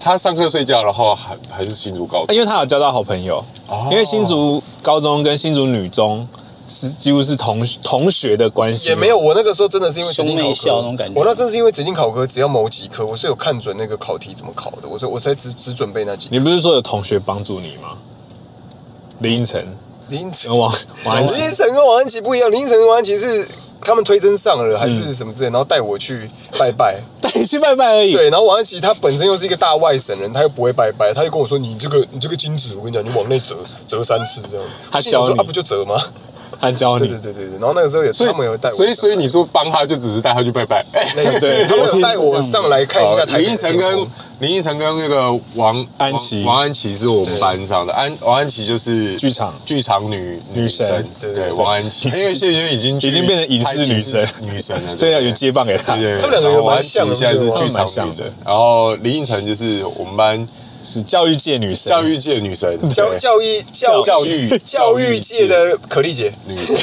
Speaker 1: 他上课睡觉，然后还还是新竹高中，
Speaker 5: 哎
Speaker 3: 啊因为他有交到好朋友，
Speaker 5: 哦
Speaker 3: 因为新竹高中跟新竹女中是几乎是同同学的关系，
Speaker 5: 也没有，我那个时候真的是因为指定考
Speaker 2: 兄妹
Speaker 5: 科
Speaker 2: 校那种感觉
Speaker 5: 我那真的是因为指定考科，只要某几科，我是有看准那个考题怎么考的，我说我才只只准备那几。
Speaker 3: 你不是说有同学帮助你吗？林依晨
Speaker 5: 林晨，
Speaker 3: 跟王王
Speaker 1: 啊
Speaker 3: 安
Speaker 5: 林
Speaker 3: 琪，
Speaker 5: 晨跟王安琪不一样，林晨跟王安琪是他们推甄上了还是什么之类，然后带我去拜拜。
Speaker 3: 带你去拜拜
Speaker 1: 嗯
Speaker 3: 而已。
Speaker 5: 对，然后王安琪她本身又是一个大外省人，她又不会拜拜，她就跟我说：“你这个你这个金子，我跟你讲，你往内折折三次这样。”
Speaker 3: 她
Speaker 5: 心想
Speaker 3: 教
Speaker 5: 说
Speaker 3: 你
Speaker 5: 啊，不就折吗？
Speaker 3: 他教
Speaker 5: 对
Speaker 3: 你
Speaker 5: 对。对对对，然后那个时候也
Speaker 1: 所以
Speaker 5: 他们有带我，
Speaker 1: 所以所以你说帮他就只是带他去拜拜，
Speaker 5: 对， 他们有带我上来看一下
Speaker 1: 好
Speaker 5: 台北
Speaker 1: 林
Speaker 5: 的
Speaker 1: 依晨
Speaker 5: 天
Speaker 1: 跟
Speaker 5: 空
Speaker 1: 林依晨跟那个王
Speaker 3: 安琪
Speaker 1: 王王安琪是我们班上的，安王安琪就是
Speaker 3: 剧场
Speaker 1: 剧场女
Speaker 3: 女神
Speaker 1: 对王安琪，因为现在 已经去
Speaker 3: 已经变成影视女神
Speaker 1: 拍影视女神 了，
Speaker 3: 所以要
Speaker 1: 对
Speaker 3: 有接棒给他
Speaker 1: 对，对对，
Speaker 5: 他们两个
Speaker 1: 然后
Speaker 5: 有
Speaker 1: 王安
Speaker 5: 蛮
Speaker 1: 琪
Speaker 5: 像的
Speaker 1: 现在是
Speaker 5: 对吧
Speaker 1: 剧场女
Speaker 3: 蛮像
Speaker 1: 神，然后林依晨就是我们班
Speaker 3: 是教育界女神。
Speaker 1: 教育界女神，
Speaker 5: 教
Speaker 1: 对
Speaker 5: 教育教
Speaker 1: 教育
Speaker 5: 教育界的可丽姐，
Speaker 1: 女 神，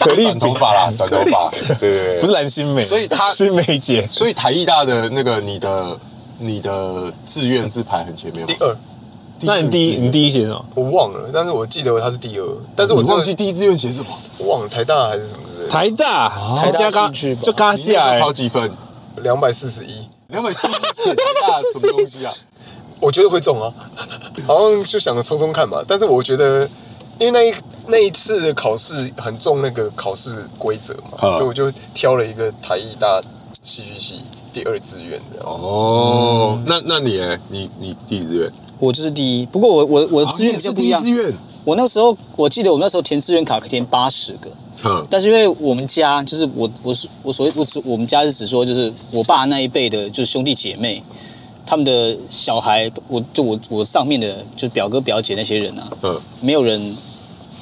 Speaker 3: 可丽
Speaker 1: 短头发啦，短头 发，对对对，
Speaker 3: 不是蓝 心湄，
Speaker 1: 所以她
Speaker 3: 是梅姐。
Speaker 1: 所以台艺大的那个你的你的志愿是排很前面吗
Speaker 5: 第？二，
Speaker 3: 那你第一，你第一写什么？
Speaker 5: 我忘了，但是我记得她是第二，但是我
Speaker 1: 我
Speaker 5: 真
Speaker 1: 忘
Speaker 5: 的
Speaker 1: 记第一志愿写什么，
Speaker 5: 忘了台大还是什么之类的，
Speaker 3: 台大，台
Speaker 2: 大
Speaker 3: 加啊刚
Speaker 2: 兴趣吧
Speaker 3: 就刚
Speaker 1: 你
Speaker 3: 下
Speaker 1: 那
Speaker 2: 啊
Speaker 1: 时
Speaker 3: 来
Speaker 1: 候，考几分？
Speaker 5: 两百四十一，
Speaker 1: 两本是写大什么东西 啊？
Speaker 5: 我觉得会中啊， 好像就想着冲冲看嘛，但是我觉得，因为那一那一次的考试很重那个考试规则嘛，
Speaker 1: 嗯
Speaker 5: 所以我就挑了一个台艺大戏剧系第二志愿这样。
Speaker 1: 哦，那那你呢你你第一志愿？
Speaker 2: 我就是第一，不过我我
Speaker 1: 哦
Speaker 2: 我的志愿比较哦不一样。
Speaker 1: 愿。
Speaker 2: 我那时候我记得我那时候填志愿卡可以填八十个，
Speaker 1: 嗯，
Speaker 2: 但是因为我们家就是我我是我所谓我只我们家是指说就是我爸那一辈的就是兄弟姐妹，他们的小孩，我就我我上面的就表哥表姐那些人啊，
Speaker 1: 嗯
Speaker 2: 没有人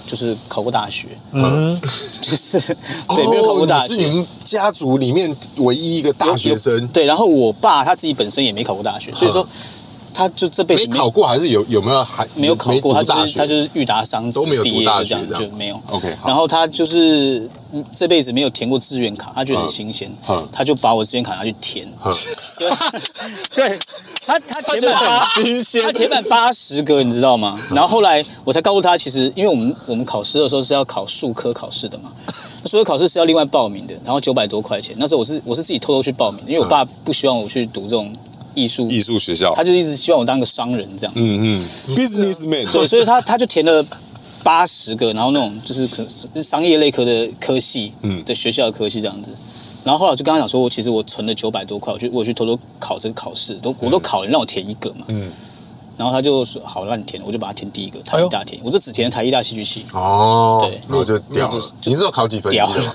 Speaker 2: 就是考过大学，
Speaker 3: 嗯，
Speaker 2: 就是 对没有考过大
Speaker 1: 哦你
Speaker 2: 学。
Speaker 1: 是你们家族里面唯一一个大学
Speaker 2: 有
Speaker 1: 生，啊
Speaker 2: 对，然后我爸他自己本身也没考过大学，所以说他就这辈
Speaker 1: 没
Speaker 2: 子
Speaker 1: 考过还是有有没有还
Speaker 2: 没有考
Speaker 1: 没
Speaker 2: 过，
Speaker 1: 读
Speaker 2: 他
Speaker 1: 大
Speaker 2: 就是
Speaker 1: 学？
Speaker 2: 他就是裕达商职
Speaker 1: 都没有读
Speaker 2: 毕业
Speaker 1: 大
Speaker 2: 就
Speaker 1: 学
Speaker 2: 这样
Speaker 1: 这样
Speaker 2: 就没有。
Speaker 1: OK，好
Speaker 2: 然后他就是嗯这辈子没有填过志愿卡，他觉得很新鲜
Speaker 1: 嗯嗯，
Speaker 2: 他就把我志愿卡拿去填
Speaker 1: 嗯。
Speaker 2: 对对，他他填满八
Speaker 3: 很新鲜
Speaker 2: 他。填满八十个，你知道吗？然后后来我才告诉他，其实因为我们我们考试的时候是要考数科考试的嘛，那数科考试是要另外报名的，然后九百多块钱。那时候我是我是自己偷偷去报名的，因为我爸不希望我去读这种艺术，
Speaker 1: 嗯艺术学校
Speaker 2: 他就一直希望我当个商人这样子。
Speaker 1: 嗯嗯，businessman，
Speaker 3: 啊
Speaker 2: 对，所以他他就填了八十个，然后那种就是可能是商业类科的科系，
Speaker 1: 嗯
Speaker 2: 的学校的科系这样子。然后后来我就跟他讲说，我其实我存了九百多块，我去我去偷偷考这个考试，都我都考了，你让我填一个嘛。
Speaker 1: 嗯
Speaker 2: 然后他就说好，让你填，我就把它填第一个，台
Speaker 3: 哎
Speaker 2: 艺
Speaker 3: 呦
Speaker 2: 大填，我就只填台艺大戏剧系，
Speaker 1: 哦，
Speaker 2: 对
Speaker 1: 那我就掉了。你是有考几分？
Speaker 2: 屌
Speaker 1: 你记得吗，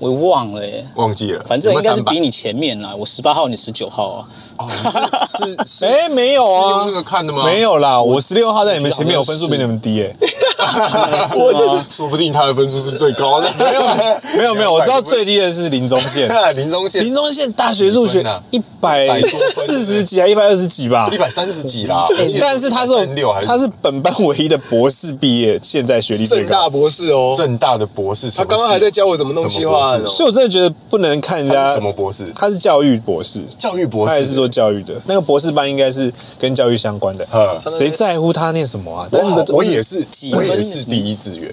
Speaker 2: 我忘了耶，
Speaker 1: 忘记了，
Speaker 2: 反正
Speaker 1: 有
Speaker 2: 应
Speaker 1: 没有
Speaker 2: 该是
Speaker 1: 300
Speaker 2: 比你前面啦，我十八号，你十九号啊，
Speaker 1: 哦是是是
Speaker 3: 哎，没有
Speaker 1: 是
Speaker 3: 啊
Speaker 1: 用那，个看的吗？
Speaker 3: 没有啦，我十六号在你们前面，我分数比你们低哎。
Speaker 1: 我就是，啊说不定他的分数是最高的。没
Speaker 3: 没有没有，我知道最低的是林中 县，
Speaker 1: 哎林中宪
Speaker 3: 林中县大学入学
Speaker 1: 几分啊
Speaker 3: 一百四十几还一百二十几吧
Speaker 1: 一。百三十几 啦，
Speaker 5: 哎
Speaker 3: 但是他是有
Speaker 1: 六还是
Speaker 3: 他是本班唯一的博士毕业，现在学历最
Speaker 5: 正
Speaker 3: 高
Speaker 5: 大。博士哦，
Speaker 1: 正大的博士，
Speaker 5: 他刚刚还在教我怎么啊弄企划案哦。
Speaker 3: 所以我真的觉得不能看人家
Speaker 1: 什么博士，
Speaker 3: 他是教育博士，
Speaker 1: 教育博士，
Speaker 3: 他也是做教育的。那个博士班应该是跟教育相关的
Speaker 1: 嗯，
Speaker 3: 谁在乎他念什么啊？但
Speaker 1: 我
Speaker 3: 是
Speaker 1: 我也是，我
Speaker 2: 分
Speaker 1: 也是第一志愿，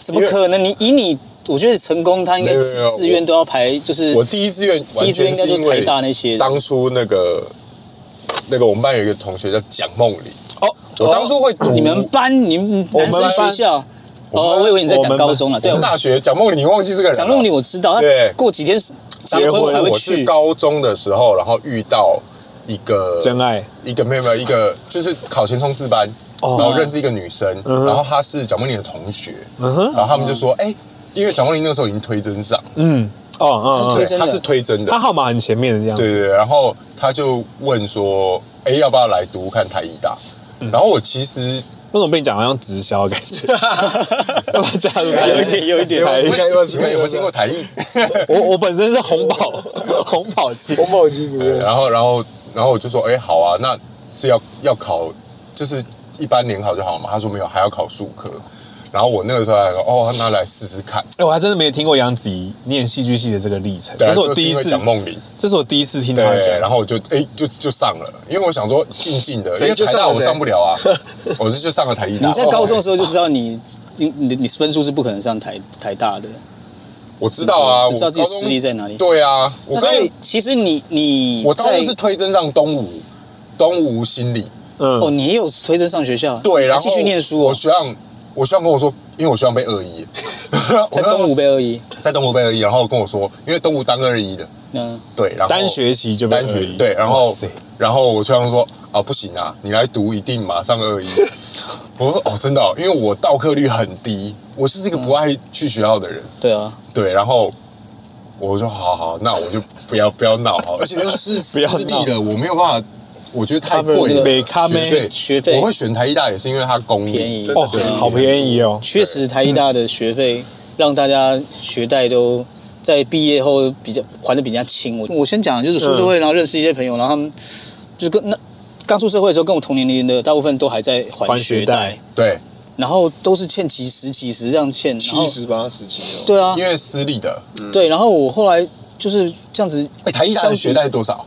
Speaker 2: 怎么可能？你以你，我觉得成功他应该
Speaker 1: 没有没有
Speaker 2: 志志愿都要排，就是
Speaker 1: 我第一志愿
Speaker 2: 第
Speaker 1: 完
Speaker 2: 一志愿
Speaker 1: 全
Speaker 2: 应该
Speaker 1: 是
Speaker 2: 就
Speaker 1: 因
Speaker 2: 台
Speaker 1: 为
Speaker 2: 大那些，
Speaker 1: 当初那个那个我们班有一个同学叫蒋梦麟，
Speaker 3: 哦，
Speaker 1: 我当初会读
Speaker 2: 你们班你们男
Speaker 3: 我
Speaker 2: 生
Speaker 3: 们班
Speaker 2: 学校。
Speaker 1: 我
Speaker 2: 哦，
Speaker 1: 们
Speaker 2: 我以为你在
Speaker 3: 我
Speaker 2: 讲
Speaker 3: 们
Speaker 2: 高中了，对，
Speaker 1: 大学蒋梦麟，你忘记这个人了？
Speaker 2: 蒋梦麟我知道，
Speaker 1: 对
Speaker 2: 他过几天结
Speaker 1: 结婚
Speaker 2: 才会
Speaker 1: 我是
Speaker 2: 去。
Speaker 1: 高中的时候，然后遇到一个
Speaker 3: 真爱
Speaker 1: 一个没有没有一个就是考前冲刺班，
Speaker 3: 哦
Speaker 1: 然后认识一个女生，
Speaker 3: 哼
Speaker 1: 然后她是蒋梦麟的同学，
Speaker 3: 嗯哼
Speaker 1: 然后他们就说，哎、因为蒋梦麟那个时候已经推真上，
Speaker 3: 嗯哦哦，
Speaker 1: 对
Speaker 2: 推
Speaker 3: 哦
Speaker 2: 甄的
Speaker 1: 啊她是推真的
Speaker 3: 他，号码很前面的这样。
Speaker 1: 对对对，然后他就问说，哎、要不要来读看台艺大？然后我其实
Speaker 3: 为什么被你讲好像直销的感 觉？要不要加入台？
Speaker 2: 有一点有一点
Speaker 1: 哎
Speaker 3: 台
Speaker 1: 请问有没有听过台艺？
Speaker 3: 我我本身是红宝 红宝鸡，
Speaker 5: 红宝鸡怎么
Speaker 1: 对然后然后然后我就说，哎、好啊，那是要要考，就是一般联考就好嘛。他说没有，还要考数科。然后我那个时候还说，哦，那来试试看。
Speaker 3: 哎，我还真的没有听过杨子怡念戏剧系的这个历程，
Speaker 1: 对
Speaker 3: 这
Speaker 1: 啊，
Speaker 3: 是我第
Speaker 1: 就是
Speaker 3: 一
Speaker 1: 因为
Speaker 3: 次，
Speaker 1: 讲梦玲，
Speaker 3: 这是我第一次听他
Speaker 1: 对，
Speaker 3: 讲。
Speaker 1: 然后我就哎、就就上了，因为我想说静静的，因
Speaker 5: 谁
Speaker 1: 为
Speaker 5: 就
Speaker 1: 台
Speaker 5: 上了
Speaker 1: 大我
Speaker 5: 谁
Speaker 1: 上不了啊，我是就上了台艺大。
Speaker 2: 你在高中的
Speaker 1: 哦
Speaker 2: 时候就知道你你你你分数是不可能上台台大的，
Speaker 1: 我知道啊，
Speaker 2: 就知道自己
Speaker 1: 我高中
Speaker 2: 实力在哪里
Speaker 1: 对啊，我
Speaker 2: 所
Speaker 1: 跟
Speaker 2: 以其实你你
Speaker 1: 我当
Speaker 2: 在
Speaker 1: 初是推甄上东吴，东吴心理
Speaker 2: 哦，
Speaker 3: 嗯，
Speaker 2: 你也有随着上学校，
Speaker 1: 对，然后
Speaker 2: 继续念书
Speaker 1: 我
Speaker 2: 哦，
Speaker 1: 学长，我学长跟我说，因为我学长被二一，
Speaker 2: 在东吴被二一，
Speaker 1: 在东吴被二一，然后跟我说，因为东吴当二一的，
Speaker 2: 嗯，
Speaker 1: 对，然后
Speaker 3: 单学期就被
Speaker 1: 单学
Speaker 3: 而已
Speaker 1: 对，然后
Speaker 3: 哇塞
Speaker 1: 然后我学长说啊不行啊，你来读一定马上二一，我说哦，真的、哦，因为我到课率很低，我就是一个不爱去学校的人。
Speaker 2: 对啊，
Speaker 1: 对，然后我说好好，那我就不要不要闹好，而且又 是私立的，我没有办法，我觉得太
Speaker 2: Cover
Speaker 1: 贵
Speaker 2: 那
Speaker 1: 了，
Speaker 2: 个
Speaker 3: 没咖啡
Speaker 1: 学费
Speaker 2: 学费
Speaker 1: 我会选台艺大也是因为它公立
Speaker 2: 便宜
Speaker 1: 真的
Speaker 3: 哦，好便宜哦，
Speaker 2: 确实台艺大的学费让大家学贷都在毕业后比较还的比较轻。我我先讲，就是出社会，然后认识一些朋友，然后他们就是跟那刚出社会的时候，跟我同年龄的大部分都还在还
Speaker 3: 还学
Speaker 2: 学贷，
Speaker 1: 对，
Speaker 2: 然后都是欠几十几十这样欠，然后
Speaker 5: 七十八十哦七
Speaker 2: 对啊
Speaker 1: 因，为私立的，
Speaker 2: 对，然后我后来就是这样子，
Speaker 1: 嗯哎，台艺大的学贷多少？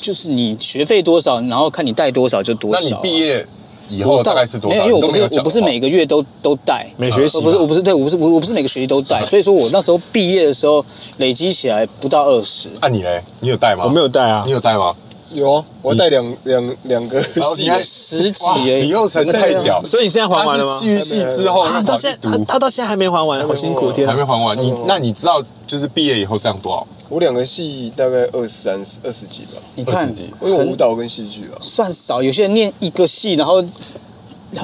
Speaker 2: 就是你学费多少，然后看你贷多少就多
Speaker 1: 那
Speaker 2: 少啊。
Speaker 1: 你毕业以后哦大概是多
Speaker 2: 没有，
Speaker 1: 少？
Speaker 2: 因为
Speaker 1: 你
Speaker 2: 我
Speaker 1: 都
Speaker 2: 不是
Speaker 1: 有哦讲
Speaker 2: 我不是
Speaker 1: 话
Speaker 2: 每个月都都带，
Speaker 3: 每学期
Speaker 2: 我
Speaker 3: 嘛
Speaker 2: 不是我不是对我不是我我不是每个学期都带，所以说我那时候毕业的时候累积起来不到二十，
Speaker 1: 按啊你嘞，你有带吗？
Speaker 3: 我没有带啊
Speaker 1: 你，有带吗？
Speaker 5: 有啊，我带两两两个
Speaker 1: 然后
Speaker 5: 系
Speaker 1: 你还
Speaker 2: 十几
Speaker 1: 哇
Speaker 2: 而已
Speaker 1: 你又成太屌，
Speaker 3: 所以你现在还完了
Speaker 1: 他
Speaker 3: 吗
Speaker 1: 是？戏剧系之后，哦
Speaker 3: 啊，
Speaker 1: 那
Speaker 3: 到现在
Speaker 1: 跑去
Speaker 3: 他
Speaker 1: 读
Speaker 3: 他到现在还没还完，好辛苦，天
Speaker 1: 还
Speaker 3: 啊！
Speaker 1: 没还完。你那你知道就是毕业以后这样多少？
Speaker 5: 我两个系大概二三二十几吧，
Speaker 2: 你
Speaker 1: 二
Speaker 2: 看
Speaker 1: 十几
Speaker 5: 因为我
Speaker 2: 很
Speaker 5: 舞蹈跟戏剧啊，
Speaker 2: 算少，有些人念一个系，然后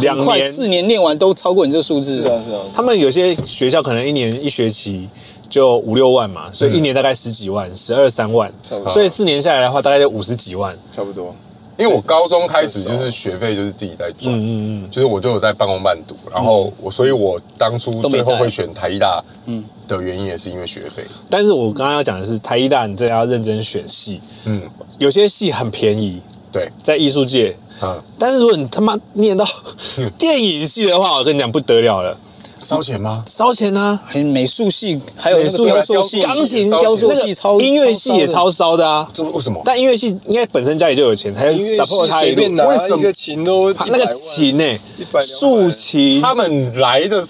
Speaker 3: 两
Speaker 2: 很快
Speaker 3: 年
Speaker 2: 四年念完都超过你这个数字
Speaker 5: 是，啊是啊，
Speaker 3: 他们有些学校可能一年一学期就五六万嘛，所以一年大概十几万，十二三万
Speaker 5: 差不，多
Speaker 3: 所以四年下来的话，大概就五十几万。
Speaker 5: 差不多。
Speaker 1: 因为我高中开始就是学费就是自己在赚，
Speaker 3: 嗯嗯嗯，
Speaker 1: 就是我就有在半工半读，然后我所以，我当初
Speaker 2: 都没
Speaker 1: 最后
Speaker 2: 带
Speaker 1: 会选台艺大
Speaker 3: 嗯
Speaker 1: 的原因也是因为学费。
Speaker 3: 但是我刚刚要讲的是，台艺大你真的要认真选系，
Speaker 1: 嗯，
Speaker 3: 有些系很便宜，
Speaker 1: 对，
Speaker 3: 在艺术界，
Speaker 1: 嗯，
Speaker 3: 但是如果你他妈念到 电影系的话，我跟你讲不得了了，
Speaker 1: 烧钱吗？
Speaker 3: 烧钱啊！
Speaker 2: 还有美术系，还有
Speaker 3: 美
Speaker 2: 那个
Speaker 3: 术
Speaker 2: 雕塑系、
Speaker 1: 雕
Speaker 3: 钢琴、
Speaker 1: 烧
Speaker 2: 雕
Speaker 1: 钱
Speaker 2: 塑
Speaker 3: 那
Speaker 2: 系超
Speaker 3: 个音乐系也
Speaker 2: 超
Speaker 3: 超烧的啊。
Speaker 1: 这为什么？
Speaker 3: 但音乐系应该本身家里就有钱，才能
Speaker 5: 音乐
Speaker 3: support
Speaker 5: 系
Speaker 3: 他一
Speaker 5: 随便
Speaker 3: 路。
Speaker 5: 拿
Speaker 1: 为什么
Speaker 5: 一个琴都
Speaker 3: 他那个琴呢、
Speaker 5: 100
Speaker 3: 竖琴，
Speaker 1: 他们来的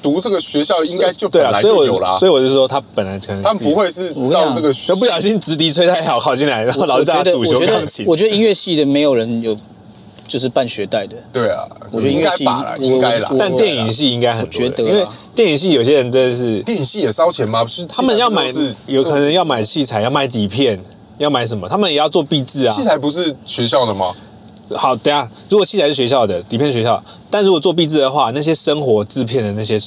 Speaker 1: 读这个学校应该就
Speaker 3: 对
Speaker 1: 本
Speaker 3: 啊，
Speaker 1: 来
Speaker 3: 所以
Speaker 1: 就
Speaker 3: 我
Speaker 1: 有啦，
Speaker 3: 所以我就说他本来可能
Speaker 1: 他们不会是
Speaker 2: 我跟你
Speaker 1: 到
Speaker 2: 讲
Speaker 1: 这个
Speaker 3: 就不小心直笛吹太好考进来，然后老
Speaker 2: 我
Speaker 3: 师叫
Speaker 2: 觉
Speaker 3: 他
Speaker 2: 得
Speaker 3: 主
Speaker 2: 我
Speaker 3: 修
Speaker 2: 觉
Speaker 3: 钢
Speaker 2: 得
Speaker 3: 琴
Speaker 2: 我。觉得音乐系的没有人有就是办学贷的，
Speaker 1: 对啊，
Speaker 2: 我觉得
Speaker 1: 应
Speaker 2: 音
Speaker 1: 该
Speaker 2: 乐系
Speaker 1: 吧啦，
Speaker 2: 我
Speaker 1: 应该啦
Speaker 2: 我。
Speaker 3: 但电影系应该很多人
Speaker 2: 我觉得啊
Speaker 3: 因为电影系有些人真的是
Speaker 1: 电影系也烧钱吗？不是，
Speaker 3: 他们要买
Speaker 1: 器
Speaker 3: 啊
Speaker 1: 材不都是，
Speaker 3: 有可能要买器材，要买底片，要买什么，他们也要做壁纸啊。
Speaker 1: 器材不是学校的吗？
Speaker 3: 好，等一下，如果器材是学校的，底片是学校，但如果做壁纸的话，那些生活制片的那些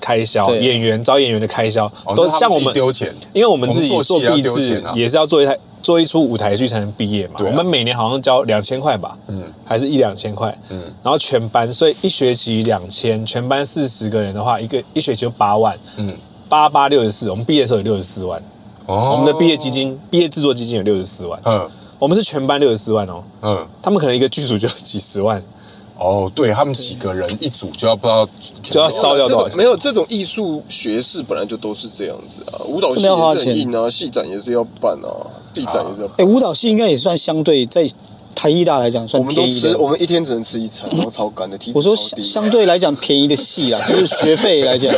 Speaker 3: 开销，
Speaker 2: 对
Speaker 3: 演员找演员的开销，
Speaker 1: 哦
Speaker 3: 都
Speaker 1: 那他
Speaker 3: 像我
Speaker 1: 自己
Speaker 3: 们
Speaker 1: 丢钱，
Speaker 3: 因为我们自己
Speaker 1: 我们做
Speaker 3: 做
Speaker 1: 戏也要
Speaker 3: 壁
Speaker 1: 丢
Speaker 3: 纸
Speaker 1: 钱啊
Speaker 3: 也是要做一台做一出舞台剧才能毕业嘛。
Speaker 1: 对啊
Speaker 3: 我们每年好像交两千块吧，嗯，还是一两千块，嗯，然后全班，所以一学期两千，全班四十个人的话，一个一学期就八万，
Speaker 1: 嗯
Speaker 3: 嗯，八八六十四，我们毕业的时候有六十四万，
Speaker 1: 哦
Speaker 3: 我们的毕业基金、毕业制作基金有六十四万，
Speaker 1: 嗯
Speaker 3: 我们是全班六十四万哦，
Speaker 1: 嗯，
Speaker 3: 他们可能一个剧组就几十万，
Speaker 1: 哦，对他们几个人一组就要不知道
Speaker 3: 就要烧掉
Speaker 5: 哦这
Speaker 3: 多少
Speaker 5: 种
Speaker 3: 钱？
Speaker 5: 没有这种艺术学士本来就都是这样子啊，舞蹈
Speaker 2: 这
Speaker 5: 系
Speaker 2: 么要花
Speaker 5: 也是
Speaker 2: 钱
Speaker 5: 很硬啊，戏展也是要办啊，地展也是要办。
Speaker 2: 哎，舞蹈系应该也算相对在台艺大来讲算
Speaker 5: 我们都
Speaker 2: 便宜
Speaker 5: 吃，
Speaker 2: 的。
Speaker 5: 我们一天只能吃一餐，然后超干的，体脂
Speaker 2: 我说
Speaker 5: 超
Speaker 2: 相
Speaker 5: 低
Speaker 2: 相对来讲便宜的系啦，就是学费 来讲，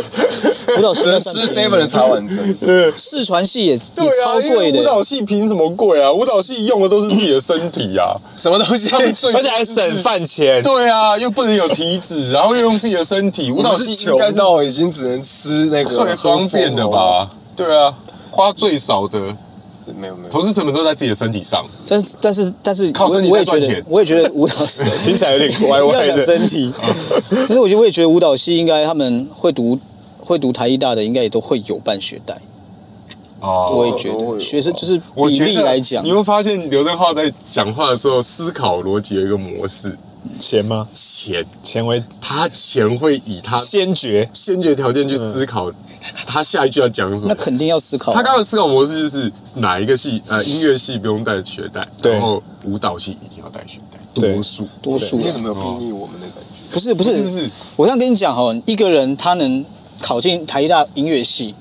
Speaker 2: 舞蹈系应该算
Speaker 5: 吃
Speaker 2: 便宜
Speaker 5: seven 的茶碗蒸，
Speaker 2: 四传系也也
Speaker 1: 对啊，
Speaker 2: 超
Speaker 1: 因
Speaker 2: 贵
Speaker 1: 为
Speaker 2: 的
Speaker 1: 舞，蹈系凭什么贵啊？舞蹈系用的都是自己的身体啊，
Speaker 5: 什么东西？
Speaker 1: 他们最
Speaker 3: 而且还省饭钱，
Speaker 1: 对啊，又不能有体脂，然后又用自己的身 体，舞
Speaker 5: 舞
Speaker 1: 蹈
Speaker 5: 蹈
Speaker 1: 系
Speaker 5: 系
Speaker 1: 应
Speaker 5: 穷
Speaker 1: 该是
Speaker 5: 到已经只能吃那个
Speaker 1: 最方便的？吧？对啊，花最少的，
Speaker 5: 喝蜂窝没有没有，
Speaker 1: 投资成本都在自己的身体上。
Speaker 2: 但是但是但是
Speaker 1: 靠
Speaker 2: 我
Speaker 1: 身体
Speaker 2: 我也
Speaker 1: 在赚
Speaker 2: 觉得
Speaker 1: 钱
Speaker 2: 我也觉得舞蹈 系
Speaker 3: 听起来有点歪歪
Speaker 2: 要讲
Speaker 3: 的。
Speaker 2: 身体，但是我觉得我也觉得舞蹈系应该他们会读会读台艺大的应该也都会有办学贷，
Speaker 1: 哦，
Speaker 2: 我也觉
Speaker 5: 都会有
Speaker 2: 得学生就是
Speaker 1: 我
Speaker 2: 比
Speaker 1: 觉
Speaker 2: 例
Speaker 1: 得
Speaker 2: 来讲
Speaker 1: 你，会发现刘振浩在讲话的时候，思考逻辑有一个模式：
Speaker 3: 钱吗？
Speaker 1: 钱，
Speaker 3: 钱为
Speaker 1: 他钱会以他
Speaker 3: 先决，
Speaker 1: 先决条件去思考他下一句要讲什
Speaker 2: 那
Speaker 1: 么。
Speaker 2: 肯定要思考啊。
Speaker 1: 他刚刚的思考模式就是哪一个系呃音乐系不用带学带，
Speaker 3: 对
Speaker 1: 然后舞蹈系一定要带学带，
Speaker 3: 对
Speaker 1: 多数
Speaker 2: 多数
Speaker 5: 你为什么有逼逆我们的感觉？
Speaker 2: 不是不
Speaker 1: 不
Speaker 2: 是
Speaker 1: 是是
Speaker 2: 我想跟你讲哦，一个人他能考进台艺大音乐系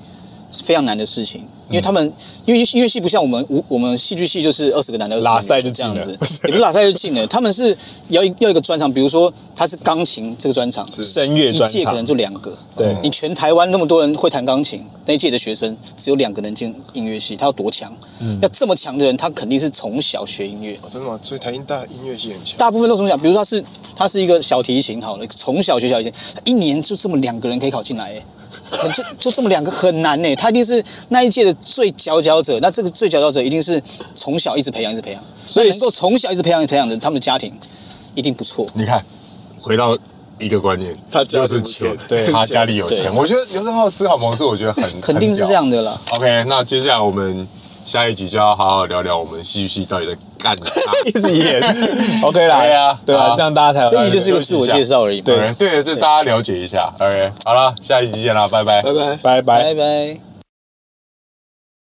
Speaker 2: 是非常难的事情，因为他
Speaker 3: 嗯
Speaker 2: 们、因为音乐系不像我们舞我们戏剧系就是二十个男的，20个女的
Speaker 3: 拉塞就
Speaker 2: 这
Speaker 3: 进了
Speaker 2: 样子，也不是拉塞就进了，他们是要一要一个专长，比如说他是钢琴这个专长，
Speaker 3: 声乐
Speaker 2: 一
Speaker 3: 专
Speaker 2: 届可能
Speaker 3: 场，
Speaker 2: 就两个，
Speaker 3: 对
Speaker 2: 你全台湾那么多人会弹钢琴，那一届的学生只有两个能进音乐系，他要多强？
Speaker 3: 嗯
Speaker 2: 要这么强的人，他肯定是从小学音乐。
Speaker 5: 哦真的吗？所以台音大音乐系很强，
Speaker 2: 大部分都从小，比如说他是他是一个小提琴好了，从小学小提琴，他一年就这么两个人可以考进来，哎，很就就这么两个很难呢。他一定是那一届的最佼佼者，那这个最佼佼者一定是从小一直培养，一直培养，
Speaker 3: 所以
Speaker 2: 能够从小一直培养培养的，他们的家庭一定不错。
Speaker 1: 你看，回到一个观念，
Speaker 3: 他家
Speaker 1: 就是
Speaker 3: 不错
Speaker 1: 钱，
Speaker 2: 对
Speaker 1: 他家里有钱。我觉得刘正浩思考模式，我觉得很
Speaker 2: 肯定是这。
Speaker 1: 很屌
Speaker 2: 样的啦。
Speaker 1: OK，那接下来我们下一集就要好好聊聊我们戏剧系到底在干啥。
Speaker 3: 一直演 ，OK 啦，
Speaker 1: 对啊
Speaker 3: 对啊
Speaker 1: 好，
Speaker 3: 这样大家才有
Speaker 2: 这集就是一个自我介绍而已嘛。
Speaker 1: 对对，就大家了解一下。OK，好了，下一集见啦，拜拜。
Speaker 3: 拜拜，拜拜
Speaker 2: 拜拜。